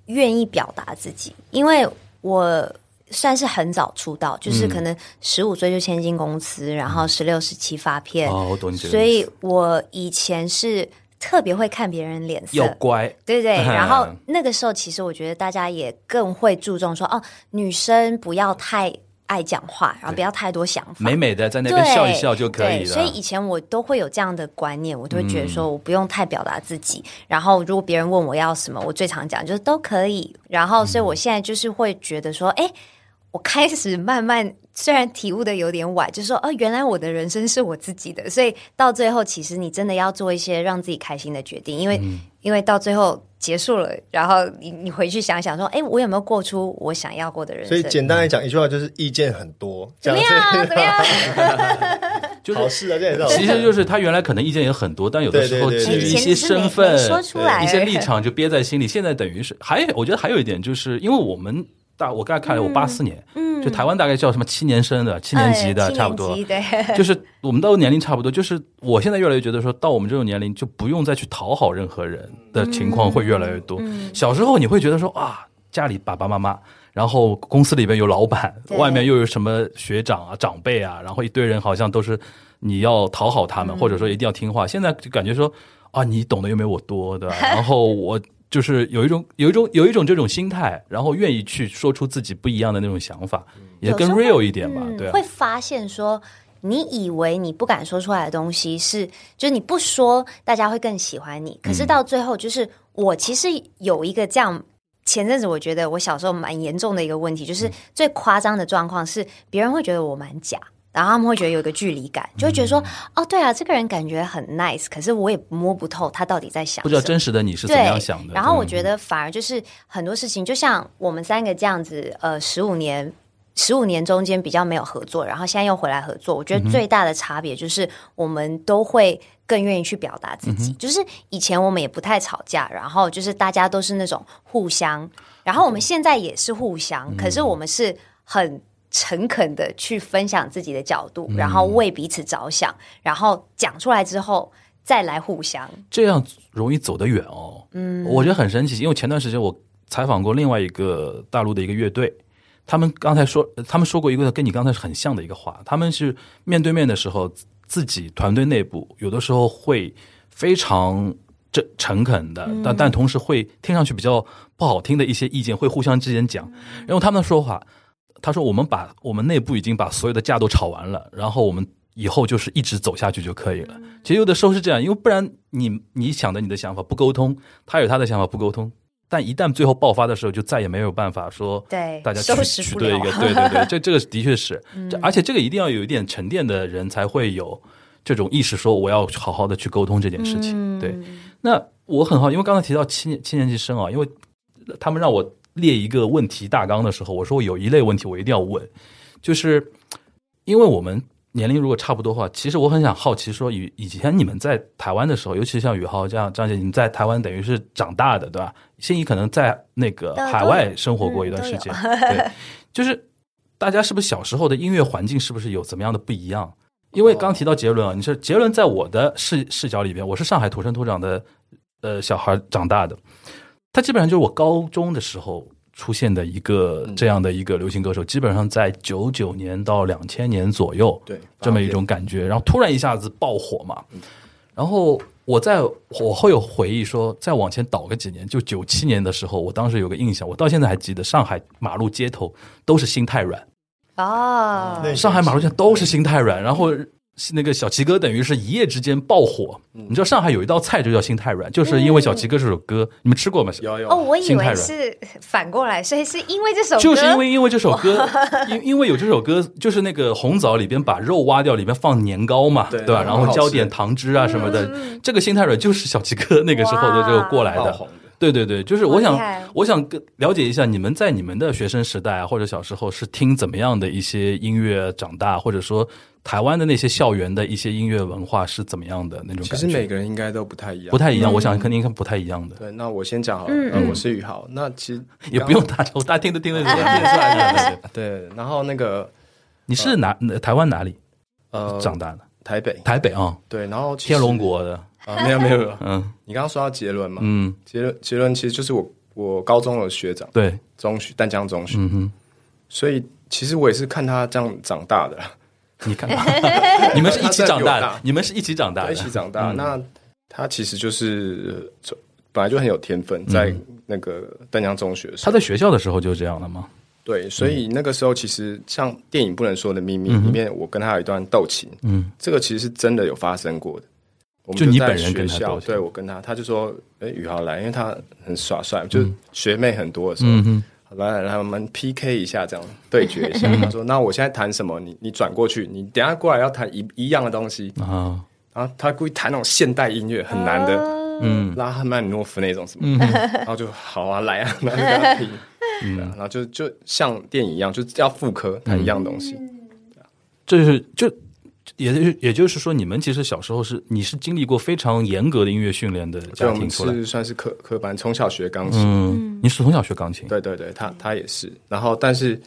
Speaker 2: 愿意表达自己，因为我算是很早出道，
Speaker 4: 嗯
Speaker 2: 就是可能十五岁就签进公司，然后十六、十七发片，
Speaker 4: 哦，我懂你这个意思。
Speaker 2: 所以我以前是特别会看别人脸色，
Speaker 4: 要乖，
Speaker 2: 对对，
Speaker 4: 嗯
Speaker 2: 然后那个时候其实我觉得大家也更会注重说，哦，女生不要太爱讲话，然后不要太多想法，
Speaker 4: 美美的在那
Speaker 2: 对，
Speaker 4: 边笑一笑就可以
Speaker 2: 对所以
Speaker 4: 了嗯
Speaker 2: 以。前我都会有这样的观念，我都会觉得说我不用太表达自己。然后如果别人问我要什么，我最常讲
Speaker 4: 嗯
Speaker 2: 就是都可以。然后所以我现在就是会觉得说，哎、我开始慢慢虽然体悟的有点晚，就说哦，原来我的人生是我自己的，所以到最后，其实你真的要做一些让自己开心的决定，因为、
Speaker 4: 嗯
Speaker 2: 因为到最后结束了，然后你你回去想想说，哎，我有没有过出我想要过的人
Speaker 3: 所
Speaker 2: 生？
Speaker 3: 以简单来讲，一句话就是意见很多，
Speaker 2: 怎
Speaker 3: 这
Speaker 2: 么
Speaker 3: 样啊
Speaker 2: 样？怎么 样？
Speaker 4: 就是
Speaker 3: 好事啊，这也是好
Speaker 4: 其
Speaker 3: 事。
Speaker 4: 实就是他原来可能意见也很多，但有的时候
Speaker 3: 对
Speaker 4: 基
Speaker 3: 对对
Speaker 4: 于一些身
Speaker 2: 以前
Speaker 4: 份
Speaker 2: 只是没说出来、
Speaker 4: 一些立，场就憋在心里。现在等于是还有，我觉得还有一点就是，因为我们大我刚才看了，我八四年，就台湾大概叫什么七年生的、嗯七年级的，
Speaker 2: 哎
Speaker 4: 差不多
Speaker 2: 七。年级对，
Speaker 4: 就是我们到年龄差不多，就是我现在越来越觉得说，到我们这种年龄就不用再去讨好任何人的
Speaker 2: 嗯
Speaker 4: 情况会越来越多。小时候你会觉得说啊，家里爸爸妈妈，然后公司里边有老板，
Speaker 2: 对
Speaker 4: 外面又有什么学长啊、长辈啊，然后一堆人好像都是你要讨好他们，或
Speaker 2: 嗯
Speaker 4: 者说一定要听话。现在就感觉说啊，你懂得又没我多，对吧？然后我。就是有一种有一种有一种这种心态，然后愿意去说出自己不一样的那种想法，也
Speaker 2: 嗯
Speaker 4: 更
Speaker 2: 有时候
Speaker 4: real 一点吧，对、啊。
Speaker 2: 嗯会发现说，你以为你不敢说出来的东西是，就是你不说，大家会更喜欢你。
Speaker 4: 嗯
Speaker 2: 可是到最后，就是、我其实有一个这样。前阵子我觉得我小时候蛮严重的一个问题，就是
Speaker 4: 嗯
Speaker 2: 最夸张的状况是别人会觉得我蛮假，然后他们会觉得有一个距离感，就会觉得说，哦，对啊，这个人感觉很 nice，可是我也摸不透他到底在想
Speaker 4: 不知道
Speaker 2: 什么
Speaker 4: 真实的你是怎
Speaker 2: 对，
Speaker 4: 么样想的。嗯
Speaker 2: 然后我
Speaker 4: 得，
Speaker 2: 觉得反而就是很多事情，就像我们三个这样子，呃，十五年。十五年中间比较没有合作，然后现在又回来合作，我觉
Speaker 4: 嗯
Speaker 2: 得最大的差别就是我们都会更愿意去表达自
Speaker 4: 嗯
Speaker 2: 己。就是以前我们也不太吵架，然后就是大家都是那种互相，然后我们现在也是互相，可
Speaker 4: 嗯
Speaker 2: 是我们是很诚恳的去分享自己的角度，然后
Speaker 4: 嗯
Speaker 2: 为彼此着想，然后讲出来之后再来互相。
Speaker 4: 这样容易走得远哦。嗯，我觉得很神奇，因为前段时间我采访过另外一个大陆的一个乐队，他们刚才说，他们说过一个跟你刚才很像的一个话，他们是面对面的时候，自己团队内部有的时候会非常。这诚恳
Speaker 2: 嗯
Speaker 4: 的，但但同时会听上去比较不好听的一些意见，会互相之间讲。
Speaker 2: 嗯
Speaker 4: 然后他们的说法，他说我们把我们内部已经把所有的架都吵完了，然后我们以后就是一直走下去就可以了。
Speaker 2: 嗯
Speaker 4: 其实有的时候是这样，因为不然你你想的你的想法不沟通，他有他的想法不沟通，但一旦最后爆发的时候，就再也没有办法说
Speaker 2: 对
Speaker 4: 大家取
Speaker 2: 收拾
Speaker 4: 取
Speaker 2: 不
Speaker 4: 对
Speaker 2: 了嗯
Speaker 4: 一个对对对，这这个是的确是，这而且这个一定要有一点沉淀的人才会有这种意识，说我要好好的去沟通这件事情。
Speaker 2: 嗯
Speaker 4: 对，那我很好，因为刚才提到七年七年级生啊，因为他们让我列一个问题大纲的时候，我说我有一类问题我一定要问，就是因为我们年龄如果差不多的话，其实我很想好奇说，以以前你们在台湾的时候，尤其像宇豪这样张姐，你们在台湾等于是长大的，对吧？心仪可能在那个
Speaker 2: 对
Speaker 4: 海
Speaker 2: 都
Speaker 4: 外
Speaker 2: 有
Speaker 4: 生活过
Speaker 2: 嗯
Speaker 4: 一段
Speaker 2: 都
Speaker 4: 时
Speaker 2: 有
Speaker 4: 间，对，就是大家是不是小时候的音乐环境是不是有怎么样的不一样？因为刚提到杰伦啊，你说杰伦在我的视视角里边，我是上海土生土长的呃小孩长大的，他基本上就是我高中的时候出现的一个这样的一个流行歌手，基本上在九九年到两千年左右，
Speaker 5: 对
Speaker 4: 这么一种感觉，然后突然一下子爆火嘛，然后我在我会有回忆说，再往前倒个几年，就九七年的时候，我当时有个印象，我到现在还记得，上海马路街头都是心太软，
Speaker 2: 哦，
Speaker 3: 那
Speaker 4: 上海马路上都是心太软，然后那个小齐哥等于是一夜之间爆火。你知道上海有一道菜就叫心太软，就是因为小齐哥这首歌，你们吃过吗？
Speaker 5: 有有
Speaker 2: 哦，我以
Speaker 4: 心
Speaker 2: 为
Speaker 4: 太软
Speaker 2: 是反过来，所以是因为这首歌，
Speaker 4: 就是因为因为这首歌，因因为有这首歌，就是那个红枣里边把肉挖掉，里边放年糕嘛，
Speaker 5: 对
Speaker 4: 吧？
Speaker 5: 嗯
Speaker 4: 然后浇点糖汁啊什么
Speaker 2: 嗯
Speaker 4: 的，这个心太软就是小齐哥那个时候的这个过来
Speaker 5: 爆
Speaker 4: 的
Speaker 5: 红。的。
Speaker 4: 对对对，就是我
Speaker 2: 好
Speaker 4: 想
Speaker 2: 厉害，哦
Speaker 4: 我想跟了解一下你们在你们的学生时代啊，或者小时候是听怎么样的一些音乐长大，或者说台湾的那些校园的一些音乐文化是怎么样的那种
Speaker 5: 其
Speaker 4: 感
Speaker 5: 实
Speaker 4: 觉？
Speaker 5: 每个人应该都不太一样，
Speaker 4: 不太一样，
Speaker 2: 嗯
Speaker 4: 我想肯定看不太一样的，
Speaker 5: 对。那我先讲好了，呃我是宇豪。那其实
Speaker 4: 也不用大家大家听都听得出来， 听得出来对对对
Speaker 5: 对，然后那个
Speaker 4: 你是哪台湾哪里
Speaker 5: 呃，
Speaker 4: 长大的？
Speaker 5: 台北，
Speaker 4: 台北啊，
Speaker 5: 对，然后其实
Speaker 4: 天龙国的，
Speaker 5: 啊，没有没有，没有
Speaker 4: 嗯
Speaker 5: 你刚刚说到杰伦嘛，
Speaker 4: 嗯，
Speaker 5: 杰伦杰伦其实就是我我高中的学长，
Speaker 4: 对，
Speaker 5: 中学淡江中学，
Speaker 4: 嗯哼，
Speaker 5: 所以其实我也是看他这样长大的，
Speaker 4: 你 看，你们是一起长大
Speaker 5: 他在比我
Speaker 4: 的
Speaker 5: 大，
Speaker 4: 你们是一起长大
Speaker 5: 在
Speaker 4: 的，嗯
Speaker 5: 一起长大。那他其实就是呃本来就很有天分，在
Speaker 4: 嗯
Speaker 5: 那个淡江中学的时
Speaker 4: 他
Speaker 5: 候，
Speaker 4: 在学校的时候就这样了吗？
Speaker 5: 对，所以
Speaker 4: 嗯
Speaker 5: 那个时候其实像电影《不能说的秘密》里面，我跟他有一段斗情，
Speaker 4: 嗯，
Speaker 5: 这个其实是真的有发生过的。我们
Speaker 4: 就你
Speaker 5: 在
Speaker 4: 本人跟
Speaker 5: 学
Speaker 4: 他斗
Speaker 5: 校，
Speaker 4: 情
Speaker 5: 对我跟他，他就说：“哎，宇豪来，因为他很耍帅，就是学妹很多的时候，
Speaker 4: 嗯哼，
Speaker 5: 他好吧，然后我们 PK 一下，这样对决一下。 他说：“那我现在弹什么？你你转过去，你等一下过来要弹一一样的东西。
Speaker 4: 啊，”
Speaker 5: 然后他故意弹那种现代音乐，很难的，
Speaker 4: 嗯
Speaker 5: 拉赫曼诺夫那种什么，然后就好啊，来啊，然后就跟他拼，
Speaker 4: 嗯
Speaker 5: 对啊然后就就像电影一样，就是要复刻弹一样东西。
Speaker 4: 嗯这就是就。也就是也就是说，你们其实小时候是你是经历过非常严格的音乐训练的
Speaker 5: 所以
Speaker 4: 家
Speaker 5: 我
Speaker 4: 庭
Speaker 5: 们
Speaker 4: 出来，
Speaker 5: 是算是科科班，从小学钢琴，
Speaker 4: 嗯，你是从小学钢琴，
Speaker 5: 对对对，他他也是。然后，但是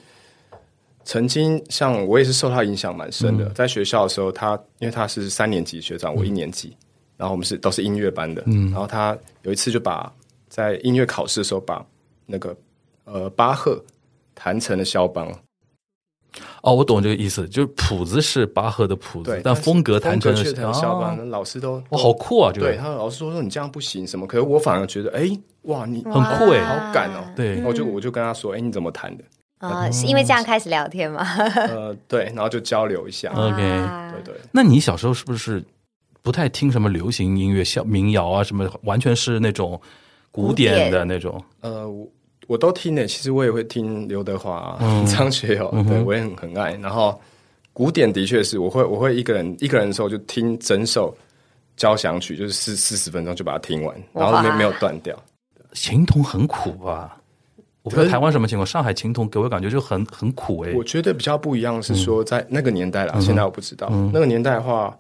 Speaker 5: 曾经像我也是受他影响蛮深
Speaker 4: 嗯
Speaker 5: 的，在学校的时候他，因为他是三年级学长，我一年级，然后我们是都是音乐班的，
Speaker 4: 嗯
Speaker 5: 然后他有一次就把在音乐考试的时候把那个呃巴赫弹成了肖邦，
Speaker 4: 哦，我懂这个意思，就是谱子是巴赫的谱子
Speaker 5: 对，，
Speaker 4: 但风格弹成
Speaker 5: 风
Speaker 4: 了
Speaker 5: 格却弹肖邦，
Speaker 4: 哦
Speaker 5: 老师都
Speaker 4: 哇，好酷啊！这
Speaker 5: 对
Speaker 4: 个
Speaker 5: 他老师说说你这样不行什么，可是我反而觉得哎哇你
Speaker 4: 很酷哎
Speaker 5: 好敢哦，
Speaker 4: 对
Speaker 5: 我就我就跟他说哎你怎么弹的？
Speaker 2: 啊，是因为这样开始聊天吗？
Speaker 5: 呃对，然后就交流一下，
Speaker 4: 嗯，OK。
Speaker 2: 啊
Speaker 5: 对对。
Speaker 4: 那你小时候是不是不太听什么流行音乐、像民谣啊什么，完全是那种古典的那种？
Speaker 5: 呃，我我都听诶，其实我也会听刘德华、啊、张学友，对我也很很爱。然后古典的确是，我会我会一个人一个人的时候就听整首交响曲，就是四四十分钟就把它听完，然后没
Speaker 2: 哇
Speaker 5: 没有断掉。
Speaker 4: 琴童很苦吧？我不知道台湾什么情况，上海琴童给我感觉就很很苦哎、
Speaker 5: 我觉得比较不一样是说，
Speaker 4: 嗯
Speaker 5: 在那个年代啦，现在我不知道。那个年代的话，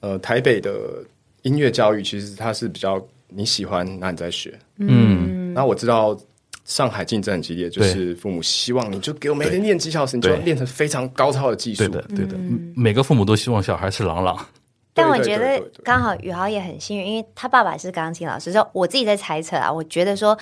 Speaker 5: 呃，台北的音乐教育其实它是比较你喜欢，那你再学。嗯，那我知道上海竞争很激烈，就是父母希望你就给我每天练几小时，你就要
Speaker 4: 对
Speaker 5: 练成非常高超的技术。
Speaker 4: 对的，对的，每个父母都希望小孩是朗朗。
Speaker 2: 但我
Speaker 5: 对对
Speaker 2: 觉
Speaker 5: 对
Speaker 2: 得
Speaker 5: 对对
Speaker 2: 刚好宇豪也很幸运，因为他爸爸是钢琴老师，就我自己在猜测啊，我觉得说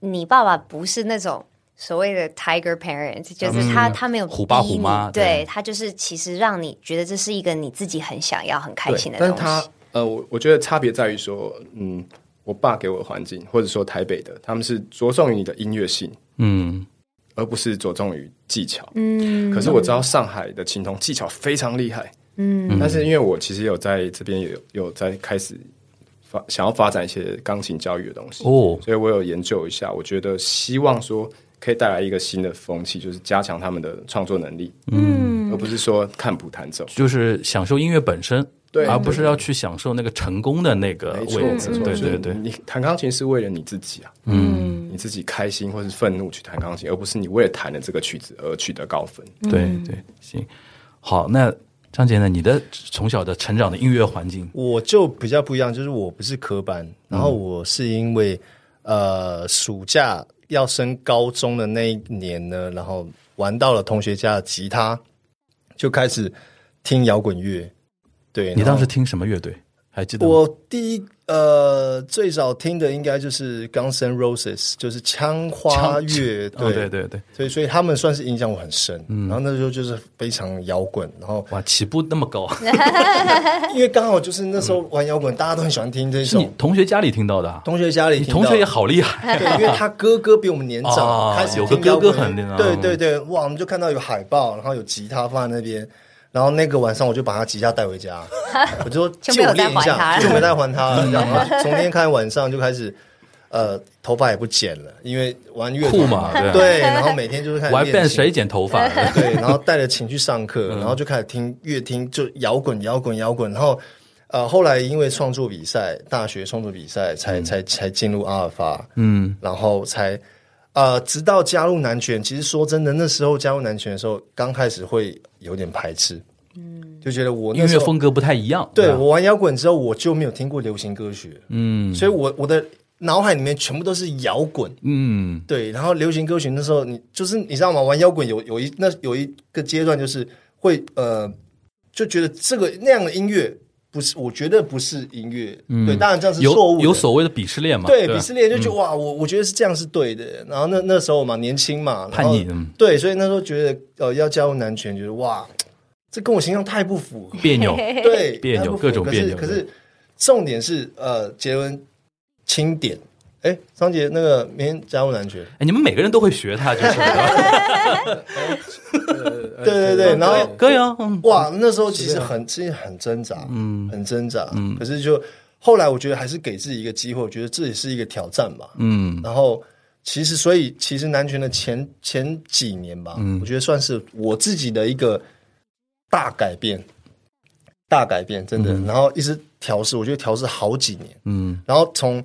Speaker 2: 你爸爸不是那种。所谓的 tiger parent，就是
Speaker 4: 嗯
Speaker 2: 他、他没有
Speaker 4: 虎爸
Speaker 2: 逼
Speaker 4: 虎妈
Speaker 2: 你
Speaker 4: 对
Speaker 2: 对他就是其实让你觉得这是一个你自己很想要、很开
Speaker 5: 对，
Speaker 2: 心的
Speaker 5: 但
Speaker 2: 东
Speaker 5: 是
Speaker 2: 西。
Speaker 5: 他呃，我我觉得差别在于说，嗯，我爸给我的环境，或者说台北的，他们是着重于你的音乐性，
Speaker 4: 嗯，
Speaker 5: 而不是着重于技巧。嗯，可是我知道上海的琴童技巧非常厉害。嗯，但是因为我其实有在这边有有在开始发想要发展一些钢琴教育的东西，
Speaker 4: 哦，
Speaker 5: 所以我有研究一下，我觉得希望说可以带来一个新的风气，就是加强他们的创作能力，嗯，而不是说看谱弹奏。
Speaker 4: 就是享受音乐本身，
Speaker 5: 对
Speaker 4: 而不是要去享受那个成功的那个
Speaker 5: 没错，
Speaker 4: 位
Speaker 5: 没
Speaker 4: 置。
Speaker 5: 错，
Speaker 4: 对
Speaker 5: 就
Speaker 4: 对
Speaker 5: 是
Speaker 4: 对，
Speaker 5: 你弹钢琴是为了你自己啊，嗯，你自己开心或是愤怒去弹钢琴，而不是你为了弹了这个曲子而取得高分。
Speaker 4: 对对，行，好，那张杰呢？你的从小的成长的音乐环境，
Speaker 3: 我就比较不一样，就是我不是科班，
Speaker 4: 嗯
Speaker 3: 然后我是因为、呃暑假要升高中的那一年呢，然后玩到了同学家的吉他，就开始听摇滚乐。对，
Speaker 4: 你
Speaker 3: 然后
Speaker 4: 当
Speaker 5: 哦
Speaker 4: 时听什么乐队？还记得吗？
Speaker 3: 我第一呃最早听的应该就是 Guns N' Roses，就是枪花乐队，
Speaker 4: 哦，对对对，嗯
Speaker 3: 所以所以他们算是影响我很深。然后那时候就是非常摇滚，然后
Speaker 4: 哇，起步那么高，啊
Speaker 3: 因为刚好就是那时候玩摇滚，大家都很喜欢听这
Speaker 4: 嗯是你
Speaker 3: 种。
Speaker 4: 同学家里听到的、啊？
Speaker 3: 同学家里
Speaker 4: 你
Speaker 3: 听到
Speaker 4: 同学也好厉害，
Speaker 3: 对，因为他哥哥比我们年
Speaker 4: 哦
Speaker 3: 长，开始
Speaker 4: 有个嗯
Speaker 3: 听摇滚
Speaker 4: 哥哥很厉害
Speaker 3: 对对对，哇，我们就看到有海报，然后有吉他放在那边。然后那个晚上我就把他吉他带回 家，我就说
Speaker 2: 就
Speaker 3: 借
Speaker 2: 没有
Speaker 3: 我练一
Speaker 2: 再还他
Speaker 3: 下，
Speaker 2: 了
Speaker 3: 就没再还他了。
Speaker 4: 嗯
Speaker 3: 这样，然后从那天开始晚上就开始，呃，头发也不剪了，因为玩乐团
Speaker 4: 酷嘛对啊
Speaker 3: 对，然后每天就是开始
Speaker 4: 玩
Speaker 3: 练
Speaker 4: 变
Speaker 3: 琴
Speaker 4: 谁剪头发？
Speaker 3: 对，然后带着琴去上课，然后就开始听，越听就摇滚，摇滚，摇滚。然后，呃，后来因为创作比赛，大学创作比赛才、才才进入阿尔法，嗯，然后才呃，直到加入南拳。其实说真的，那时候加入南拳的时候，刚开始会有点排斥，嗯，就觉得我
Speaker 4: 音
Speaker 3: 那时
Speaker 4: 乐
Speaker 3: 候
Speaker 4: 风格不太一样。
Speaker 3: 对
Speaker 4: 吧
Speaker 3: 我玩摇滚之后，我就没有听过流行歌曲，嗯，所以我我的脑海里面全部都是摇滚，
Speaker 4: 嗯，
Speaker 3: 对，然后流行歌曲那时候你就是你知道吗？玩摇滚有有一那有一个阶段就是会呃，就觉得这个那样的音乐不是，我觉得不是音乐。对，当然这样是错误
Speaker 4: 嗯有
Speaker 3: 的。
Speaker 4: 有所谓的鄙视链嘛？啊嗯
Speaker 3: 对
Speaker 4: 吧
Speaker 3: 鄙视链就觉得、哇，我我觉得是这样是对的。然后那那时候嘛，年轻嘛，然
Speaker 4: 叛
Speaker 3: 后
Speaker 4: 逆嗯
Speaker 3: 对，所以那时候觉得呃要加入男权，觉得哇，这跟我形象太不符合。
Speaker 4: 别扭，
Speaker 3: 对，
Speaker 4: 别扭
Speaker 3: 那不符
Speaker 4: 各种
Speaker 3: 可是
Speaker 4: 别扭
Speaker 3: 可是重点是呃，杰伦钦点。哎，张杰，那个明天加入男权。
Speaker 4: 哎，你们每个人都会学他，就是
Speaker 3: 对对对， 然 后
Speaker 4: 可以啊，嗯
Speaker 3: 哇，那时候其实很其实很挣扎，嗯，很挣扎，嗯，可是就后来我觉得还是给自己一个机会，我觉得这也是一个挑战吧，
Speaker 4: 嗯，
Speaker 3: 然后其实，所以其实南拳的前前几年吧，我觉得算是我自己的一个大改变，大改变，真的。然后一直调试，我觉得调试好几年，嗯。然后从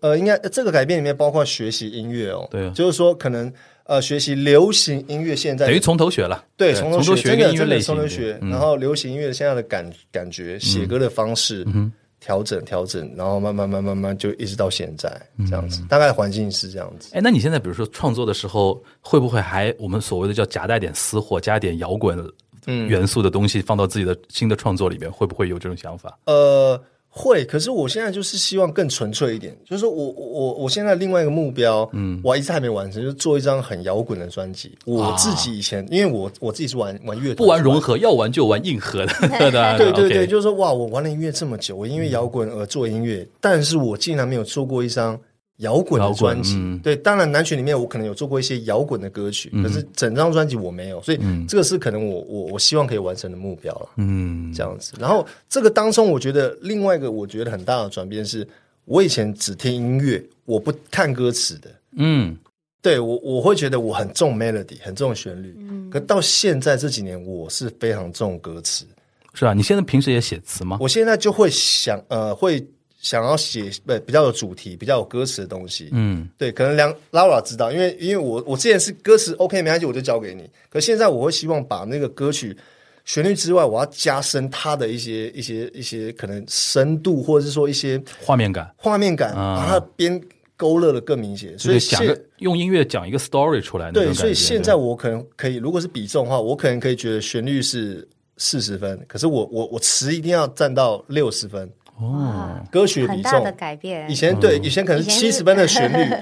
Speaker 3: 呃，应该这个改变里面包括学习音乐哦，
Speaker 4: 对啊
Speaker 3: 就是说可能呃，学习流行音乐现在
Speaker 4: 等于从头学了，
Speaker 3: 对，
Speaker 4: 从
Speaker 3: 从头
Speaker 4: 学
Speaker 3: 学，
Speaker 4: 一
Speaker 3: 真
Speaker 4: 个
Speaker 3: 的
Speaker 4: 音乐
Speaker 3: 真
Speaker 4: 类
Speaker 3: 的
Speaker 4: 型
Speaker 3: 从
Speaker 4: 嗯一
Speaker 3: 头
Speaker 4: 点，
Speaker 3: 学。然后流行音乐现在的感感觉、写歌的方式，
Speaker 4: 嗯
Speaker 3: 调整调整，然后慢慢慢慢慢就一直到现在
Speaker 4: 嗯
Speaker 3: 这样子，大概环境是这样子。
Speaker 4: 哎，那你现在比如说创作的时候，会不会还我们所谓的叫夹带点私货，加点摇滚
Speaker 3: 嗯
Speaker 4: 元素的东西放到自己的新的创作里面，会不会有这种想法？
Speaker 3: 呃，会，可是我现在就是希望更纯粹一点，就是说我我我现在另外一个目标，嗯，我一直还没完成，就是做一张很摇滚的专辑。我自己以前，因为我我自己是玩玩乐团，
Speaker 4: 啊不玩融合，要玩就玩硬核的， 啊对
Speaker 3: 对对
Speaker 4: OK 嗯
Speaker 3: 对，就是说哇，我玩了音乐这么久，我因为摇滚而做音乐，但是我竟然没有做过一张摇滚
Speaker 4: 摇
Speaker 3: 的
Speaker 4: 滚
Speaker 3: 专辑。
Speaker 4: 嗯
Speaker 3: 对，当然南曲里面我可能有做过一些摇滚的歌曲，可是
Speaker 4: 嗯
Speaker 3: 整张专辑我没有，所以这个是可能我我我希望可以完成的目标了。
Speaker 4: 嗯，
Speaker 3: 这样子。然后这个当中，我觉得另外一个我觉得很大的转变是，我以前只听音乐，我不看歌词的。
Speaker 4: 嗯，
Speaker 3: 对我，我会觉得我很重 melody，很重旋律。可到现在这几年，我是非常重歌词。
Speaker 4: 是啊，你现在平时也写词吗？
Speaker 3: 我现在就会想，呃，会想要写呃比较有主题、比较有歌词的东西。
Speaker 4: 嗯，
Speaker 3: 对，可能梁 Laura 知道，因为因为我我之前是歌词 OK 没关系，我就交给你。可现在我会希望把那个歌曲旋律之外，我要加深它的一些一些一些可能深度，或者是说一些
Speaker 4: 画面感，
Speaker 3: 画面感，
Speaker 4: 啊
Speaker 3: 把它边勾勒的更明显。所
Speaker 4: 就
Speaker 3: 以
Speaker 4: 是讲
Speaker 3: 现
Speaker 4: 个用音乐讲一个 story 出来那种
Speaker 3: 对，
Speaker 4: 感觉。
Speaker 3: 所以现在
Speaker 4: 对
Speaker 3: 我可能可以，如果是比重的话，我可能可以觉得旋律是四十分，可是我我我词一定要占到六十分。
Speaker 2: 哇，
Speaker 3: 歌曲比
Speaker 2: 很大
Speaker 3: 重
Speaker 2: 的改变
Speaker 3: 以。前对，
Speaker 4: 嗯
Speaker 3: 以前可能
Speaker 2: 以前是
Speaker 3: 七十 分的旋律，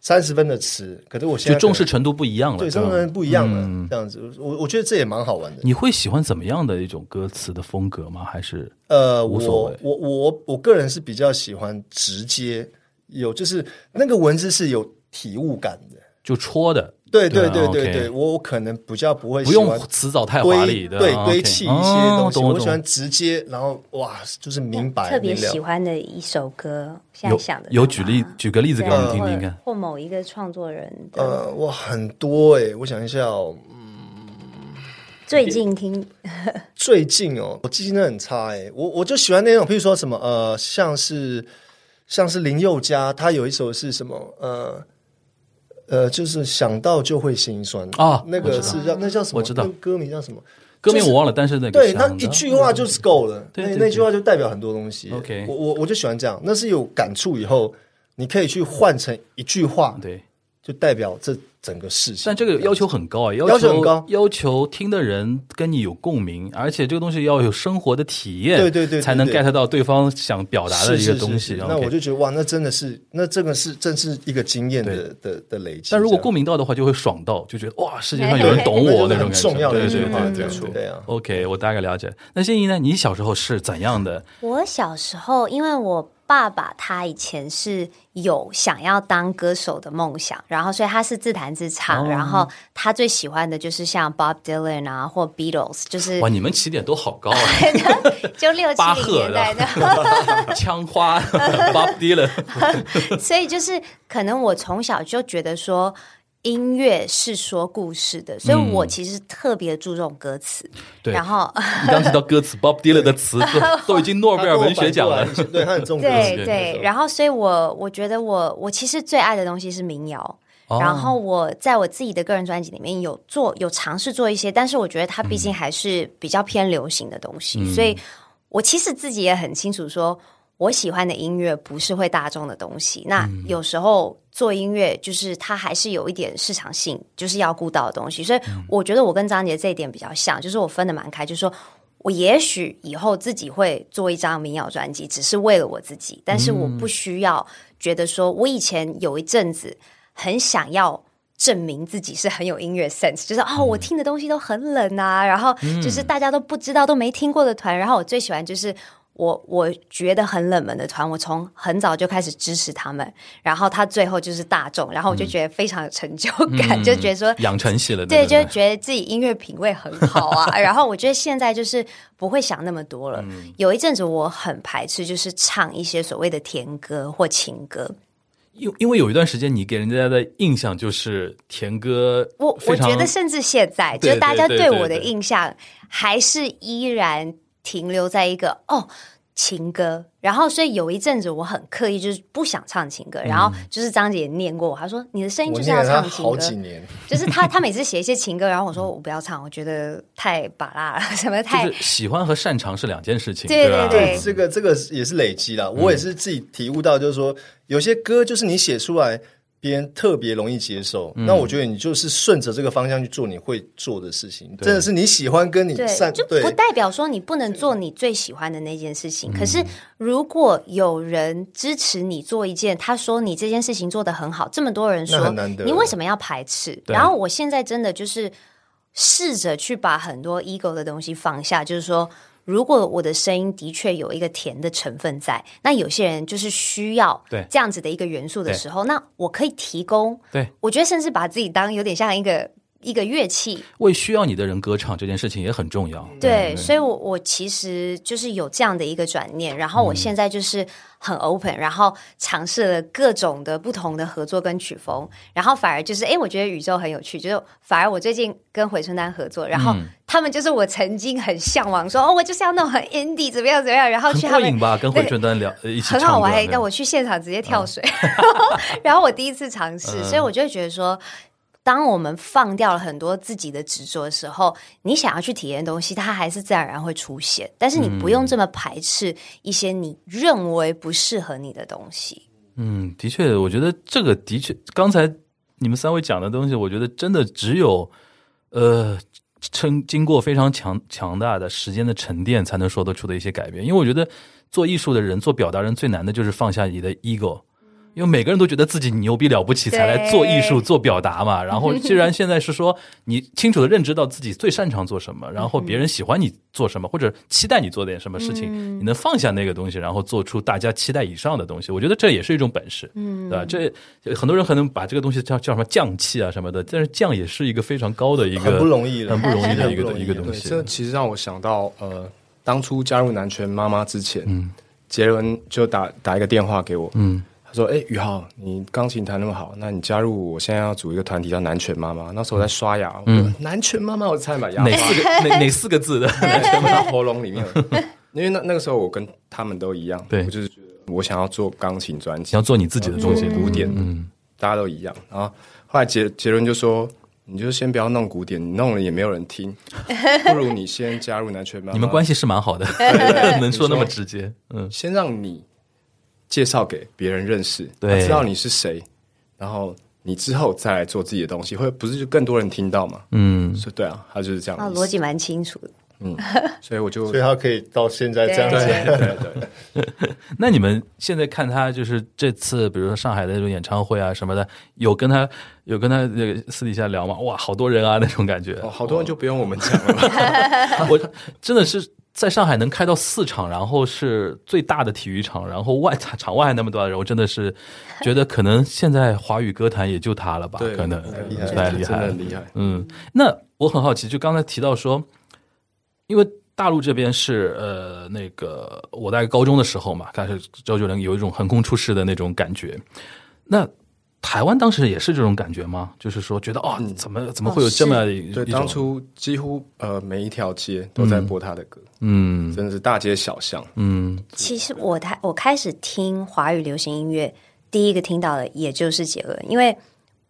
Speaker 3: 三十分的词，可是我现在
Speaker 4: 就重视
Speaker 3: 可
Speaker 4: 程度不一样了，
Speaker 3: 能对，
Speaker 4: 吧
Speaker 3: 重视不一样了。这样子，我我觉得这也蛮好玩的。
Speaker 4: 你会喜欢怎么样的一种歌词的风格吗？还是
Speaker 3: 呃，
Speaker 4: 无
Speaker 3: 我
Speaker 4: 所谓
Speaker 3: 我我我个人是比较喜欢直接，有就是那个文字是有体悟感的。
Speaker 4: 就戳的？
Speaker 3: 对对
Speaker 4: 对
Speaker 3: 对
Speaker 4: 啊
Speaker 3: 对
Speaker 4: OK
Speaker 3: 对，我我可能比较不会
Speaker 4: 不
Speaker 3: 喜
Speaker 4: 用
Speaker 3: 欢
Speaker 4: 词藻太华
Speaker 3: 堆
Speaker 4: 丽的，
Speaker 3: 对
Speaker 4: 啊
Speaker 3: 堆
Speaker 4: OK
Speaker 3: 砌一
Speaker 4: 哦
Speaker 3: 些东西，
Speaker 4: 懂我
Speaker 3: 我
Speaker 4: 懂
Speaker 3: 喜欢直接，然后哇，就是明白
Speaker 2: 特别
Speaker 3: 明了
Speaker 2: 喜欢的一首歌，现在
Speaker 4: 有
Speaker 2: 想的
Speaker 4: 有举例举个例子给我们听
Speaker 2: 或
Speaker 4: 听看。
Speaker 2: 或某一个创作人的
Speaker 3: 呃，哇，很多诶、我想一下哦，
Speaker 2: 最近听
Speaker 3: 最近哦，我记性真的很差哎、我我就喜欢那种，譬如说什么呃，像是像是林宥嘉，他有一首是什么呃呃，就是想到就会心酸
Speaker 4: 啊
Speaker 3: 那
Speaker 4: 我知
Speaker 3: 个
Speaker 4: 道
Speaker 3: 是叫那叫什么？
Speaker 4: 我知道
Speaker 3: 那个歌名叫什么？
Speaker 4: 歌名我忘了，但是那个
Speaker 3: 对，
Speaker 4: 想
Speaker 3: 那
Speaker 4: 的
Speaker 3: 一句话就是够了，
Speaker 4: 对
Speaker 3: 那
Speaker 4: 对对
Speaker 3: 那句话就代表很多东西。
Speaker 4: OK
Speaker 3: 我我我就喜欢这样，那是有感触以后，你可以去换成一句话，
Speaker 4: 对，
Speaker 3: 就代表这整个事情。
Speaker 4: 但这个要求很高啊，要
Speaker 3: 要求很高
Speaker 4: 要求听的人跟你有共鸣，而且这个东西要有生活的体验，
Speaker 3: 对对对对
Speaker 4: 才能
Speaker 3: 对
Speaker 4: get 到对方想表达的
Speaker 3: 是
Speaker 4: 一
Speaker 3: 是
Speaker 4: 个
Speaker 3: 是
Speaker 4: 东
Speaker 3: 是
Speaker 4: 西。
Speaker 3: 那
Speaker 4: OK
Speaker 3: 我就觉得哇，那真的是，那这个是正是一个经验的的的累积。
Speaker 4: 但如果
Speaker 3: 过
Speaker 4: 共鸣到的话，就会爽到，就觉得哇，世界上有人懂我 那
Speaker 3: 很
Speaker 4: 种感觉，
Speaker 3: 重要的
Speaker 4: 对
Speaker 3: 一句
Speaker 4: 对
Speaker 3: 话，
Speaker 4: 对
Speaker 3: 没
Speaker 4: 对
Speaker 3: 错
Speaker 4: 对。
Speaker 3: 对啊，
Speaker 4: OK，我大概了解。那欣怡呢？你小时候是怎样的？
Speaker 2: 我小时候，因为我爸爸他以前是有想要当歌手的梦想，然后所以他是自弹自
Speaker 4: 哦
Speaker 2: 唱，然后他最喜欢的就是像 Bob Dylan 啊或 Beatles，就是
Speaker 4: 哇，你们起点都好 高啊！
Speaker 2: 就六七
Speaker 4: 巴
Speaker 2: 零
Speaker 4: 赫
Speaker 2: 年
Speaker 4: 的
Speaker 2: 代的。
Speaker 4: 枪花 Bob Dylan，
Speaker 2: 所以就是可能我从小就觉得说。音乐是说故事的，所以我其实特别注重歌词。
Speaker 4: 嗯对
Speaker 2: 然后
Speaker 4: 你刚提到歌词 Bob Dylan 的词都都已经诺贝尔文学奖了
Speaker 3: 他。跟我反过来，对，他很重歌
Speaker 2: 对
Speaker 3: 词
Speaker 2: 对，然后所以我我觉得我我其实最爱的东西是民谣。
Speaker 4: 哦
Speaker 2: 然后我在我自己的个人专辑里面有做有尝试做一些，但是我觉得它毕竟还是比较偏流行的东西，所以我其实自己也很清楚说。我喜欢的音乐不是会大众的东西，那有时候做音乐就是它还是有一点市场性，就是要顾到的东西。所以我觉得我跟张杰这一点比较像，就是我分的蛮开，就是说我也许以后自己会做一张民谣专辑，只是为了我自己，但是我不需要觉得说，我以前有一阵子很想要。证明自己是很有音乐 sense，就是
Speaker 4: 嗯
Speaker 2: 哦，我听的东西都很冷啊，然后就是大家都不知道、都没听过的团，然后我最喜欢就是我我觉得很冷门的团，我从很早就开始支持他们，然后他最后就是大众，然后我就觉得非常有成就感，就觉得说
Speaker 4: 嗯养成系了，
Speaker 2: 对，
Speaker 4: 对
Speaker 2: 就
Speaker 4: 对，
Speaker 2: 觉得自己音乐品味很好 啊。然后我觉得现在就是不会想那么多了。
Speaker 4: 嗯
Speaker 2: 有一阵子我很排斥，就是唱一些所谓的甜歌或情歌。
Speaker 4: 因因为有一段时间，你给人家的印象就是田哥
Speaker 2: 我我
Speaker 4: 非常，
Speaker 2: 觉得甚至现在，就
Speaker 4: 对
Speaker 2: 是大家
Speaker 4: 对
Speaker 2: 对
Speaker 4: 对对
Speaker 2: 我的
Speaker 4: 对
Speaker 2: 印象还是依然停留在一个哦情歌。然后，所以有一阵子我很刻意，就是不想唱情
Speaker 4: 嗯
Speaker 2: 歌。然后就是张姐念过我，她说你的声音
Speaker 3: 我
Speaker 2: 就是
Speaker 3: 念
Speaker 2: 要
Speaker 3: 了他
Speaker 2: 唱情
Speaker 3: 好
Speaker 2: 歌，
Speaker 3: 几年，
Speaker 2: 就是她她每次写一些情歌，然后我说我不要唱，我觉得太拔辣了， 什么太、
Speaker 4: 就是喜欢和擅长是两件事情，
Speaker 2: 对
Speaker 4: 吧？
Speaker 2: 对对
Speaker 3: 这个这个也是累积啦。我也是自己体悟到，就是说有些歌就是你写出来，别人特别容易接受。
Speaker 4: 嗯
Speaker 3: 那我觉得你就是顺着这个方向去做你会做的事情，真的是你喜欢跟你
Speaker 2: 对，
Speaker 3: 擅
Speaker 2: 就
Speaker 3: 对
Speaker 2: 不代表说你不能做你最喜欢的那件事情。可
Speaker 3: 嗯
Speaker 2: 是，如果有人支持你做一件，他说你这件事情做得很好，这么多人
Speaker 3: 那
Speaker 2: 说
Speaker 3: 很难，得
Speaker 2: 你为什么要排斥？
Speaker 4: 对
Speaker 2: 然后我现在真的就是试着去把很多 ego 的东西放下，就是说。如果我的声音的确有一个甜的成分在，那有些人就是需要
Speaker 4: 对
Speaker 2: 这样子的一个元素的
Speaker 4: 对
Speaker 2: 时候，那我可以提供。
Speaker 4: 对
Speaker 2: 我觉得甚至把自己当有点像一个一个乐器，
Speaker 4: 为需要你的人歌唱这件事情也很重要。
Speaker 2: 对，所以我我其实就是有这样的一个转念，然后
Speaker 4: 嗯
Speaker 2: 我现在就是很 open，、然后尝试了各种的不同的合作跟曲风，然后反而就是诶，我觉得宇宙很有趣，就是反而我最近跟回春丹合作，然
Speaker 4: 嗯
Speaker 2: 后他们就是我曾经很向往说哦，我就是要那种很 indie 怎么样怎么样，然后
Speaker 4: 很
Speaker 2: 去他
Speaker 4: 过瘾
Speaker 2: 们。
Speaker 4: 吧？跟回春丹聊呃一起
Speaker 2: 很
Speaker 4: 唱
Speaker 2: 好
Speaker 4: 歌嗯
Speaker 2: 玩，
Speaker 4: 对
Speaker 2: 但我去现场直接跳水， 然后我第一次尝试，
Speaker 4: 嗯
Speaker 2: 所以我就会觉得说，当我们放掉了很多自己的执着的时候，你想要去体验的东西，它还是自然而然会出现，但是你不
Speaker 4: 嗯
Speaker 2: 用这么排斥一些你认为不适合你的东西。
Speaker 4: 嗯，的确，我觉得这个的确，刚才你们三位讲的东西，我觉得真的只有呃，经经过非常强强大的时间的沉淀，才能说得出的一些改变。因为我觉得做艺术的人，做表达人最难的就是放下你的 ego。因为每个人都觉得自己牛逼了不起才来做艺术、做表达嘛。然后，既然现在是说你清楚的认知到自己最擅长做什么，然后别人喜欢你做什么，或者期待你做点什么事情，你能放下那个东西，然后做出大家期待以上的东西，我觉得这也是一种本事，嗯，对吧？这很多人可能把这个东西叫叫什么匠气啊什么的，但是匠也是一个非常高的一个
Speaker 3: 很不容易了
Speaker 4: 很不容易的
Speaker 3: 很不
Speaker 4: 一个
Speaker 3: 容易
Speaker 4: 一个东
Speaker 5: 对，
Speaker 4: 西。
Speaker 5: 这其实让我想到，呃，当初加入男权妈妈之前，杰伦就打打一个电话给我，嗯，他说：“哎、宇浩，你钢琴弹那么好，那你加入我现在要组一个团体叫男权妈妈。”那时候我在刷牙，嗯，男权妈妈，我差点把牙
Speaker 4: 哪
Speaker 5: 拔
Speaker 4: 四个哪哪四个字的？
Speaker 5: 到喉咙里面了，因为那那个时候我跟他们都一样，
Speaker 4: 对
Speaker 5: 我就是觉得我想要做钢琴专辑
Speaker 4: 你要，做你自己的东西，
Speaker 5: 古典，
Speaker 4: 嗯
Speaker 5: 大家都一样。然后后来杰杰伦就说：“你就先不要弄古典，你弄了也没有人 听，不如你先加入男权妈妈。”
Speaker 4: 你们关系是蛮好的， 能说那么直接，嗯。
Speaker 5: 先让你介绍给别人认识，
Speaker 4: 对
Speaker 5: 他知道你是谁，然后你之后再来做自己的东西，会不是就更多人听到嘛？
Speaker 4: 嗯，
Speaker 5: 是，对啊，他就是这样
Speaker 2: 啊，
Speaker 5: 的意
Speaker 2: 逻
Speaker 5: 思，
Speaker 2: 辑蛮清楚的。
Speaker 5: 所以我就
Speaker 3: 所以他可以到现在这样
Speaker 2: 对
Speaker 3: 子。
Speaker 5: 对对对，
Speaker 4: 那你们现在看他就是这次，比如说上海的那种演唱会啊什么的，有跟他有跟他那个私底下聊吗？哇，好多人啊那种感觉，
Speaker 5: 哦好多人就不用我们讲了 吧？
Speaker 4: 我真的是在上海能开到四场，然后是最大的体育场，然后外场场外那么多的人，我真的是觉得可能现在华语歌坛也就他了吧，
Speaker 5: 对，
Speaker 4: 可能
Speaker 3: 厉害
Speaker 4: 太
Speaker 5: 真
Speaker 4: 厉
Speaker 5: 的
Speaker 4: 害了
Speaker 5: 很，厉害。
Speaker 4: 嗯，那我很好奇，就刚才提到说，因为大陆这边是呃，那个我大概高中的时候嘛，开始周杰伦有一种横空出世的那种感觉。那台湾当时也是这种感觉吗？就是说，觉得哦，怎么怎么会有这么一
Speaker 5: 对，
Speaker 4: 一
Speaker 5: 嗯当
Speaker 4: 种
Speaker 5: 初几乎呃每一条街都在播他的歌，
Speaker 4: 嗯
Speaker 5: 真的是大街小巷。
Speaker 4: 嗯
Speaker 2: 其实我台我开始听华语流行音乐，第一个听到的也就是杰伦，因为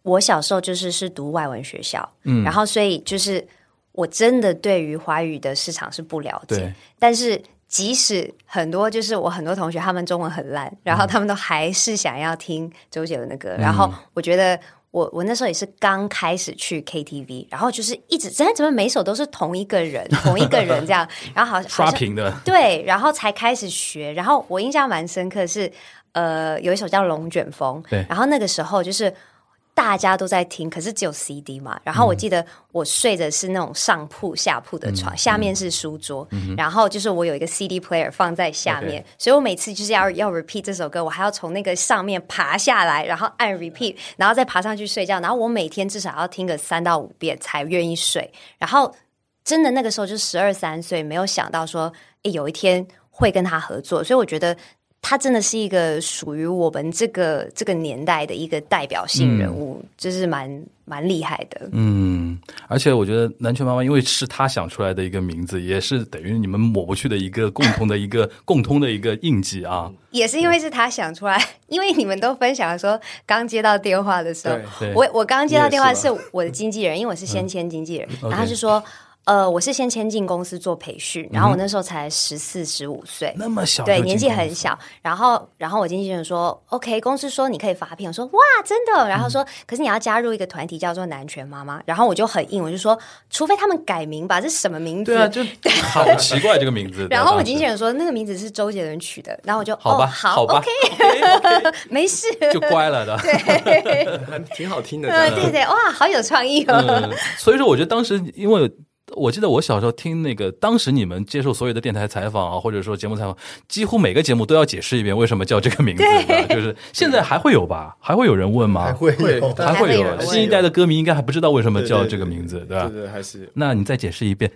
Speaker 2: 我小时候就是是读外文学校，嗯，然后所以就是我真的对于华语的市场是不了解
Speaker 4: 对，
Speaker 2: 但是。即使很多就是我很多同学，他们中文很烂，然
Speaker 4: 嗯
Speaker 2: 后他们都还是想要听周杰伦的歌。然后我觉得我我那时候也是刚开始去 KTV，然后就是一直真的怎么每首都是同一个人，同一个人这 样，然后好像
Speaker 4: 刷
Speaker 2: 好像
Speaker 4: 屏的，
Speaker 2: 对，然后才开始学。然后我印象蛮深刻是，呃，有一首叫《龙卷风》，
Speaker 4: 对
Speaker 2: 然后那个时候就是。大家都在听，可是只有 CD 嘛。然后我记得我睡的是那种上铺、下铺的床，下面是书桌，然后就是我有一个 CD player 放在下面所以我每次就是要要 repeat 这首歌，我还要从那个上面爬下来，然后按 repeat，然后再爬上去睡觉。然后我每天至少要听个三到五遍才愿意睡。然后真的那个时候就十二三岁，没有想到说，诶，有一天会跟他合作，所以我觉得。他真的是一个属于我们这个这个年代的一个代表性人物，就是蛮蛮厉害的。
Speaker 4: 嗯，而且我觉得南拳妈妈，因为是她想出来的一个名字，也是等于你们抹不去的一个共同的一个共通的一个印记啊。
Speaker 5: 嗯
Speaker 2: 也是因为是他想出来， 因为你们都分享说刚接到电话的时候，
Speaker 4: 对
Speaker 2: 我我刚接到电话
Speaker 5: 你也
Speaker 2: 是我的经纪人，因为我是先签经纪人，
Speaker 4: 嗯 OK
Speaker 2: 然后他就说。呃，我是先签进公司做培训，然后我那时候才十四十五岁，
Speaker 4: 那么小就
Speaker 2: 对，
Speaker 4: 进
Speaker 2: 年纪
Speaker 4: 公司
Speaker 2: 很小。然后，然后我经纪人说，OK，公司说你可以发片，我说哇，真的。
Speaker 4: 嗯
Speaker 2: 然后说，可是你要加入一个团体叫做南拳妈妈。然后我就很硬，我就说，除非他们改名吧，这是什么名字？
Speaker 4: 对啊，就好奇怪这个名 字。
Speaker 2: 然后我
Speaker 4: 当
Speaker 2: 经
Speaker 4: 时
Speaker 2: 纪人说，那个名字是周杰伦取的。然后我就
Speaker 4: 好吧
Speaker 2: 哦，好
Speaker 4: 好吧
Speaker 2: o k 没事。
Speaker 4: 就乖 了的。
Speaker 5: 还挺好听的。
Speaker 2: 呃，对对，哇，好有创意哦。
Speaker 4: 嗯，所以说我觉得当时，因为我记得我小时候听那个，当时你们接受所有的电台采访啊，或者说节目采访，几乎每个节目都要解释一遍为什么叫这个名字，对吧就是现在还会有吧？还会有人问
Speaker 3: 还
Speaker 4: 吗？
Speaker 3: 会有
Speaker 5: 会
Speaker 2: 还会
Speaker 4: 会
Speaker 2: 有人问
Speaker 4: 新一代的歌迷应该还不知道为什么叫这个名字，对吧
Speaker 5: 对？对，还 是啊
Speaker 4: 那你再解释一遍，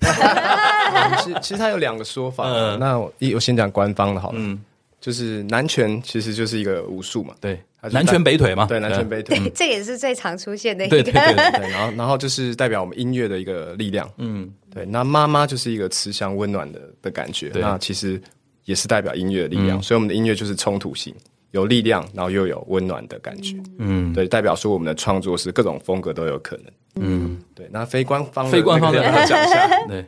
Speaker 5: 其实其实它有两个说法
Speaker 4: 嗯。
Speaker 5: 那我一我先讲官方的好了，
Speaker 4: 嗯，
Speaker 5: 就是南拳其实就是一个武术嘛，
Speaker 4: 对， 啊
Speaker 5: 还是
Speaker 4: 南拳北腿嘛，
Speaker 5: 对，南拳北腿。
Speaker 2: 这个也是最常出现的一
Speaker 4: 对， 对对
Speaker 2: 个。
Speaker 4: 对对，
Speaker 5: 对，然后然后就是代表我们音乐的一个力量，
Speaker 4: 嗯，
Speaker 5: 对，那妈妈就是一个慈祥温暖的的感觉，
Speaker 4: 对嗯
Speaker 5: 那其实也是代表音乐的力量，所以我们的音乐就是冲突性，有力量，然后又有温暖的感觉，
Speaker 4: 嗯，
Speaker 5: 对，代表说我们的创作是各种风格都有可能，嗯，对，那非官方的
Speaker 4: 非官方的
Speaker 5: 那个要讲一下，
Speaker 4: 对，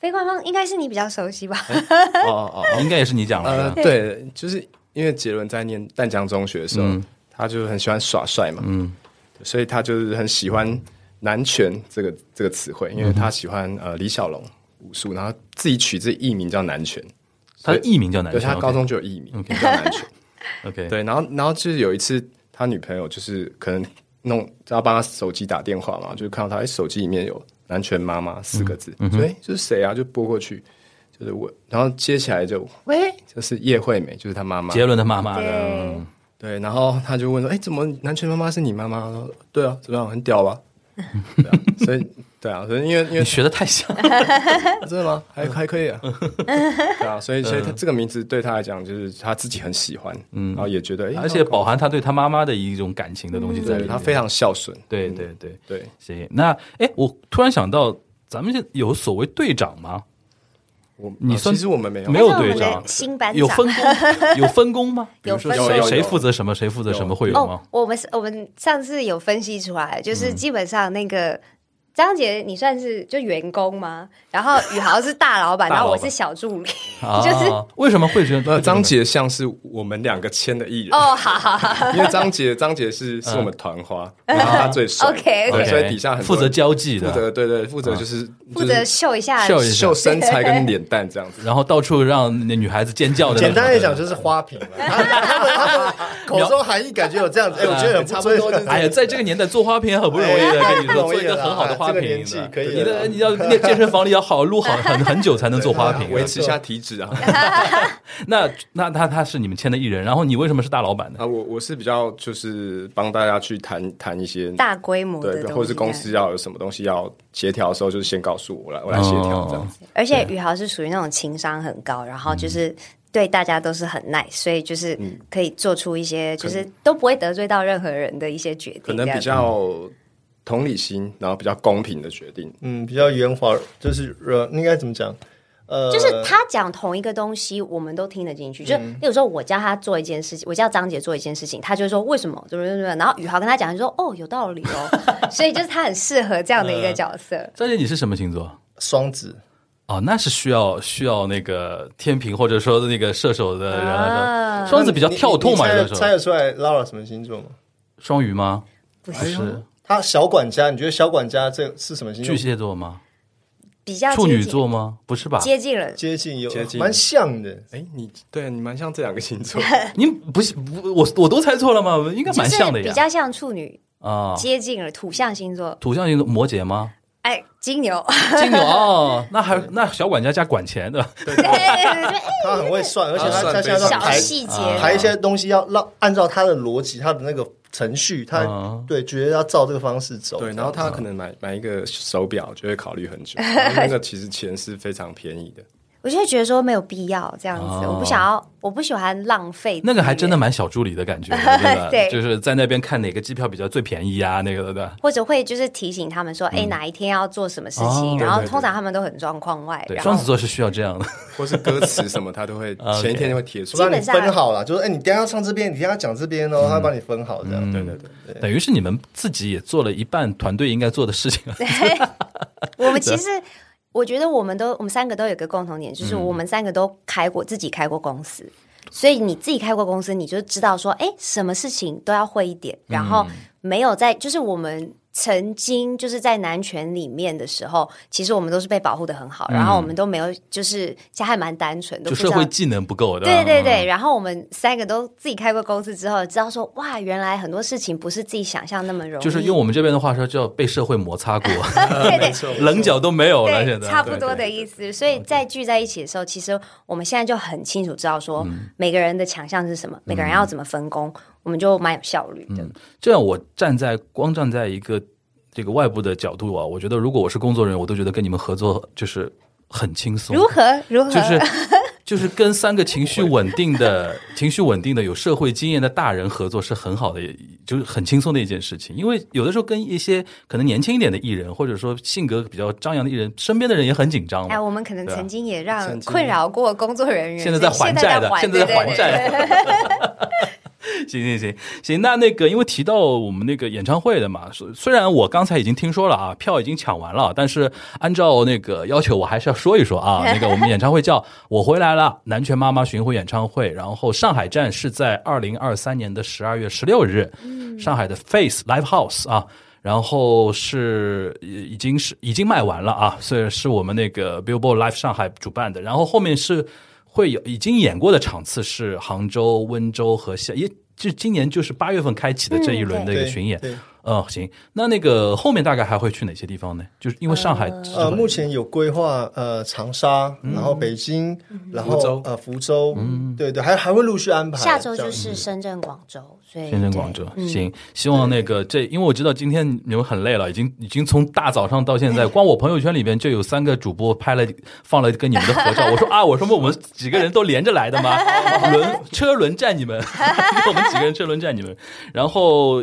Speaker 2: 非官方应该是你比较熟悉吧？
Speaker 4: 哎
Speaker 5: 哦哦，
Speaker 4: 应该也是你讲
Speaker 5: 呃，
Speaker 4: 了，
Speaker 5: 对，就是因为杰伦在念淡江中学的时候，他就很喜欢耍帅嘛，嗯，所以他就是很喜欢男拳这个这个词汇，因为他喜欢呃李小龙武术，然后自己取自己艺名叫南拳，
Speaker 4: 他的艺名叫南
Speaker 5: 对
Speaker 4: 拳，
Speaker 5: 他
Speaker 4: OK
Speaker 5: 高中就有艺名叫南拳，
Speaker 4: OK，
Speaker 5: 对，然后然后就是有一次他女朋友就是可能弄要帮他手机打电话嘛，就看到他哎手机里面有“南拳妈妈”四个字，所以、诶这是谁啊？就拨过去。就是我，然后接起来就喂，就是叶惠美，就是他妈妈。
Speaker 4: 杰伦的妈妈的，
Speaker 2: 对
Speaker 4: 嗯，
Speaker 5: 对，然后他就问说：“哎，怎么南拳妈妈是你妈妈？”我说：“对啊，怎么样，很屌吧？” 对啊，所以对啊，所以因为因
Speaker 4: 你
Speaker 5: 为
Speaker 4: 学的太像，
Speaker 5: 真的吗？还还可以啊，对啊，所以所以他
Speaker 4: 嗯
Speaker 5: 这个名字对他来讲，就是他自己很喜欢，嗯，然后也觉得，哎
Speaker 4: 而且饱含他对他妈妈的一种感情的东西
Speaker 2: 嗯
Speaker 4: 在里
Speaker 5: 对
Speaker 4: 面。
Speaker 5: 他非常孝顺，
Speaker 4: 对对对，
Speaker 5: 对，
Speaker 4: 行。那哎，我突然想到，咱们现在有所谓队长吗？
Speaker 5: 我
Speaker 4: 你
Speaker 5: 啊
Speaker 4: 算
Speaker 5: 其实我们没有
Speaker 4: 没有
Speaker 2: 但是我
Speaker 4: 队
Speaker 2: 们的
Speaker 4: 长，
Speaker 2: 新班长
Speaker 4: 有分 工，有分工吗？比如说
Speaker 2: 有分
Speaker 4: 谁
Speaker 5: 工
Speaker 4: 谁
Speaker 5: 有有
Speaker 4: 负责什么，谁负责什么，会有
Speaker 2: 哦
Speaker 4: 吗？，
Speaker 2: 我们我们上次有分析出来，
Speaker 5: 嗯
Speaker 2: 就是基本上那个。张杰，你算是就员工吗？然后宇豪是大老 板，
Speaker 4: 大
Speaker 2: 然后
Speaker 4: 老板
Speaker 2: 我是小助理。
Speaker 4: 啊
Speaker 2: 哦 就是
Speaker 4: 为什么会觉
Speaker 5: 那
Speaker 4: 得
Speaker 5: 呃张？杰像是我们两个签的艺人，
Speaker 2: 哦，好好好，
Speaker 5: 因为张杰张杰是是我们团花，因为他 最帅
Speaker 2: OK，OK
Speaker 5: 对
Speaker 4: OK，
Speaker 5: 所以底下很多
Speaker 4: 嗯负责
Speaker 5: 人
Speaker 4: 交际
Speaker 5: 负责
Speaker 4: 的，嗯
Speaker 5: 对对负责就是
Speaker 2: 负责
Speaker 5: 就是
Speaker 2: 秀一下
Speaker 4: 秀一下
Speaker 5: 秀身材跟脸蛋这样子。
Speaker 4: 然后到处让那女孩子尖叫的那种。
Speaker 3: 简单来讲就是花瓶了，他他们他们 口中含义感觉有这样子，哎，我觉得很不尊重
Speaker 4: 哎呀，在这个年代做花瓶很不容易 的，
Speaker 3: 哎
Speaker 4: 跟你说，
Speaker 3: 不容易
Speaker 4: 做一个
Speaker 3: 了
Speaker 4: 很好的
Speaker 3: 哎
Speaker 4: 花
Speaker 3: 这个
Speaker 4: 瓶
Speaker 3: 年纪
Speaker 4: 的，
Speaker 3: 可以
Speaker 4: 你的
Speaker 3: 了
Speaker 4: 你要练健身房里要好录好很很久才能做花瓶的，
Speaker 5: 维持一下体脂啊！
Speaker 4: 那那他他是你们签的艺人，然后你为什么是大老板呢？
Speaker 5: 啊，我我是比较就是帮大家去谈谈一些
Speaker 2: 大规模的
Speaker 5: 对，
Speaker 2: 东西，啊
Speaker 5: 或者是公司要有什么东西要协调的时候，就是先告诉我，我来我来协调这样子。
Speaker 2: 而且宇豪是属于那种情商很高，然
Speaker 5: 嗯
Speaker 2: 后就是对大家都是很 nice，所以就是可以做出一些就是都不会得罪到任何人的一些决
Speaker 5: 可
Speaker 2: 定。
Speaker 5: 能
Speaker 2: 这样
Speaker 5: 比较同理心，然后比较公平的决定。
Speaker 3: 嗯，比较圆滑，就是呃，应该怎么讲？呃，
Speaker 2: 就是他讲同一个东西，我们都听得进去。就例如说，我叫他做一件事情，我叫张姐做一件事情，他就会说为什么？怎么怎么？然后宇豪跟他讲，他就说哦，有道理哦。 所以就是他很适合这样的一个角色。
Speaker 4: 张姐，你是什么星座？
Speaker 3: 双子，
Speaker 4: 哦，那是需要需要那个天平或者说那个射手的人来说，
Speaker 2: 啊
Speaker 4: 双子比较跳脱嘛，
Speaker 3: 你
Speaker 4: 有
Speaker 3: 你猜
Speaker 4: 的时
Speaker 3: 猜
Speaker 4: 候
Speaker 3: 得出来 Laura 什么星座吗？
Speaker 4: 双鱼吗？
Speaker 2: 不
Speaker 3: 哎
Speaker 4: 还是
Speaker 3: 他小管家，你觉得小管家这是什么星座
Speaker 4: 巨？蟹座吗？
Speaker 2: 比较接
Speaker 4: 处
Speaker 2: 近
Speaker 4: 女座吗？不是吧？
Speaker 2: 接近了，
Speaker 3: 接近有
Speaker 5: 接近
Speaker 3: 蛮像的，
Speaker 5: 哎，你对你蛮像这两个星 座，
Speaker 4: 您不是不我我都猜错了吗？应该
Speaker 2: 就
Speaker 4: 蛮
Speaker 2: 是
Speaker 4: 像的
Speaker 2: 比
Speaker 4: 呀。
Speaker 2: 较像处女，
Speaker 4: 啊，
Speaker 2: 接近了土象星座，
Speaker 4: 土象星座摩羯吗？
Speaker 2: 哎，金牛。
Speaker 4: 金牛哦，那还那小管家加管钱的，
Speaker 2: 对对对
Speaker 3: 他很会算，而且
Speaker 5: 他
Speaker 3: 他
Speaker 5: 算
Speaker 3: 他现在
Speaker 5: 非
Speaker 3: 都
Speaker 5: 常
Speaker 2: 小
Speaker 3: 排
Speaker 2: 细节，
Speaker 3: 排一些东西要让按照他的逻辑，他的那个程序，他
Speaker 4: 嗯
Speaker 3: 对觉得要照这个方式走。
Speaker 5: 对，然后 他可能买买一个手表就会考虑很久，然后那个其实钱是非常便宜的，
Speaker 2: 我就会觉得说没有必要这样子，
Speaker 4: 哦
Speaker 2: 我不想要，我不喜欢浪费资源。
Speaker 4: 那个还真的蛮小助理的感觉，对吧？
Speaker 2: 对
Speaker 4: 就是在那边看哪个机票比较最便宜啊，那个的。
Speaker 2: 或者会就是提醒他们说，哎、哪一天要做什么事情，
Speaker 4: 嗯哦
Speaker 2: 然后
Speaker 5: 对对
Speaker 2: 通常他们都很状况外，
Speaker 4: 对，
Speaker 2: 然
Speaker 4: 双子
Speaker 2: 后
Speaker 4: 座是需要这样的。
Speaker 5: 或是歌词什么，他都 会
Speaker 4: OK
Speaker 5: 前一天就会贴出
Speaker 2: 基
Speaker 5: 来。
Speaker 3: 让你
Speaker 2: 本上
Speaker 3: 分好了，就是哎，你等一下要唱这边，你等一下要讲这边哦，他帮你分好这样。
Speaker 5: 对对对，
Speaker 4: 等于是你们自己也做了一半团队应该做的事情啊。
Speaker 2: 我们
Speaker 4: 啊
Speaker 2: 其实。我觉得我们都，我们三个都有一个共同点，
Speaker 4: 嗯
Speaker 2: 就是我们三个都开过、自己开过公司，所以你自己开过公司，你就知道说，哎，什么事情都要会一点，然后
Speaker 4: 嗯
Speaker 2: 没有在，就是我们曾经就是在男权里面的时候，其实我们都是被保护的很好，然后我们都没有，就是其实还蛮单纯，都
Speaker 4: 嗯
Speaker 2: 不
Speaker 4: 就
Speaker 2: 知
Speaker 4: 社
Speaker 2: 道
Speaker 4: 会啊嗯技能不够的。
Speaker 2: 对对对，然后我们三个都自己开过公司之后，知道说哇，原来很多事情不是自己想象那么容易，
Speaker 4: 就是用我们这边的话说，叫被社会摩 擦过，
Speaker 2: 对对
Speaker 4: 棱角都没有了。
Speaker 2: 对
Speaker 4: 现，在
Speaker 2: 差不多的意思。所以在聚在一起的时候，其实我们现在就很清楚知道说
Speaker 4: 嗯
Speaker 2: 每个人的强项是什么，每个人要怎么分工，我们就蛮有效率的。
Speaker 4: 这样我站在光站在一个这个外部的角度啊，我觉得如果我是工作人员，我都觉得跟你们合作就是很轻松。
Speaker 2: 如何如何？
Speaker 4: 就是就是跟三个情绪稳定的、情绪稳定的、有社会经验的大人合作是很好的，也就是很轻松的一件事情。因为有的时候跟一些可能年轻一点的艺人，或者说性格比较张扬的艺人，身边的人也很紧张
Speaker 2: 哎，
Speaker 4: 嘛。
Speaker 2: 我们可能
Speaker 4: 对啊
Speaker 2: 曾经也让
Speaker 5: 曾经
Speaker 2: 困扰过工作人员，
Speaker 4: 现在在
Speaker 2: 所以
Speaker 4: 还债的，
Speaker 2: 现
Speaker 4: 现在在还。
Speaker 2: 对对对
Speaker 4: 债。 行行行行，那那个，因为提到我们那个演唱会的嘛，虽虽然我刚才已经听说了啊，票已经抢完了，但是按照那个要求，我还是要说一说啊。那个我们演唱会叫《我回来了》南拳妈妈巡回演唱会，然后上海站是在二零二三年的十二月十六日，
Speaker 2: 嗯
Speaker 4: 上海的 Face Live House 啊。然后是已已经是已经卖完了啊，所以是我们那个 Billboard Live 上海主办的。然后后面是会有已经演过的场次是杭州、温州和厦，也就今年就是八月份开启的这一轮的一个
Speaker 3: 对
Speaker 4: 巡演。
Speaker 3: 对
Speaker 4: 嗯，行，那那个后面大概还会去哪些地方呢？就是因为上海之后
Speaker 3: 呃，目前有规划，呃，长沙，然后北京，
Speaker 2: 嗯
Speaker 3: 然后
Speaker 5: 福州
Speaker 3: 呃，福州，对对，还还会陆续安排。
Speaker 2: 下周就
Speaker 3: 这样
Speaker 2: 是深圳、广州，所以
Speaker 4: 深圳、
Speaker 2: 对
Speaker 4: 广州，
Speaker 3: 嗯
Speaker 4: 行，希望那个这，因为我知道今天你们很累了，已经已经从大早上到 现在，光我朋友圈里边就有三个主播拍了放了跟你们的合照。我说啊，我说我们几个人都连着来的吗？ 轮车轮战你们， 我们几个人车轮战你们，然后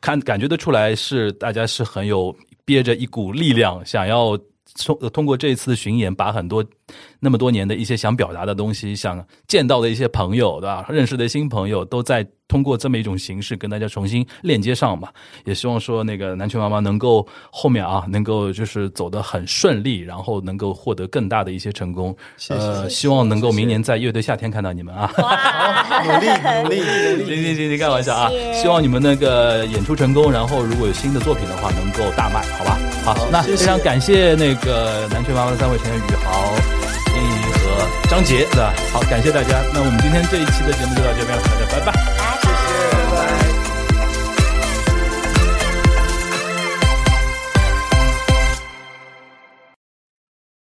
Speaker 4: 看感觉得出来是大家是很有憋着一股力量，想要通通过这一次的巡演，把很多那么多年的一些想表达的东西，想见到的一些朋友，对吧？认识的新朋友，都在通过这么一种形式跟大家重新链接上吧。也希望说那个南拳妈妈能够后面啊，能够就是走得很顺利，然后能够获得更大的一些成功。
Speaker 3: 谢谢
Speaker 4: 呃，希望能够明年在乐队夏天看到你们啊。
Speaker 3: 好努力努力努
Speaker 4: 行
Speaker 3: 力。
Speaker 4: 行行行，开玩笑啊！希望你们那个演出成功，然后如果有新的作品的话，能够大卖，好吧？好，那
Speaker 3: 谢谢
Speaker 4: 非常感谢那个南拳妈妈的三位成员宇豪、丁怡和张杰，对吧？好，感谢大家。那我们今天这一期的节目就到这边了，大家拜拜。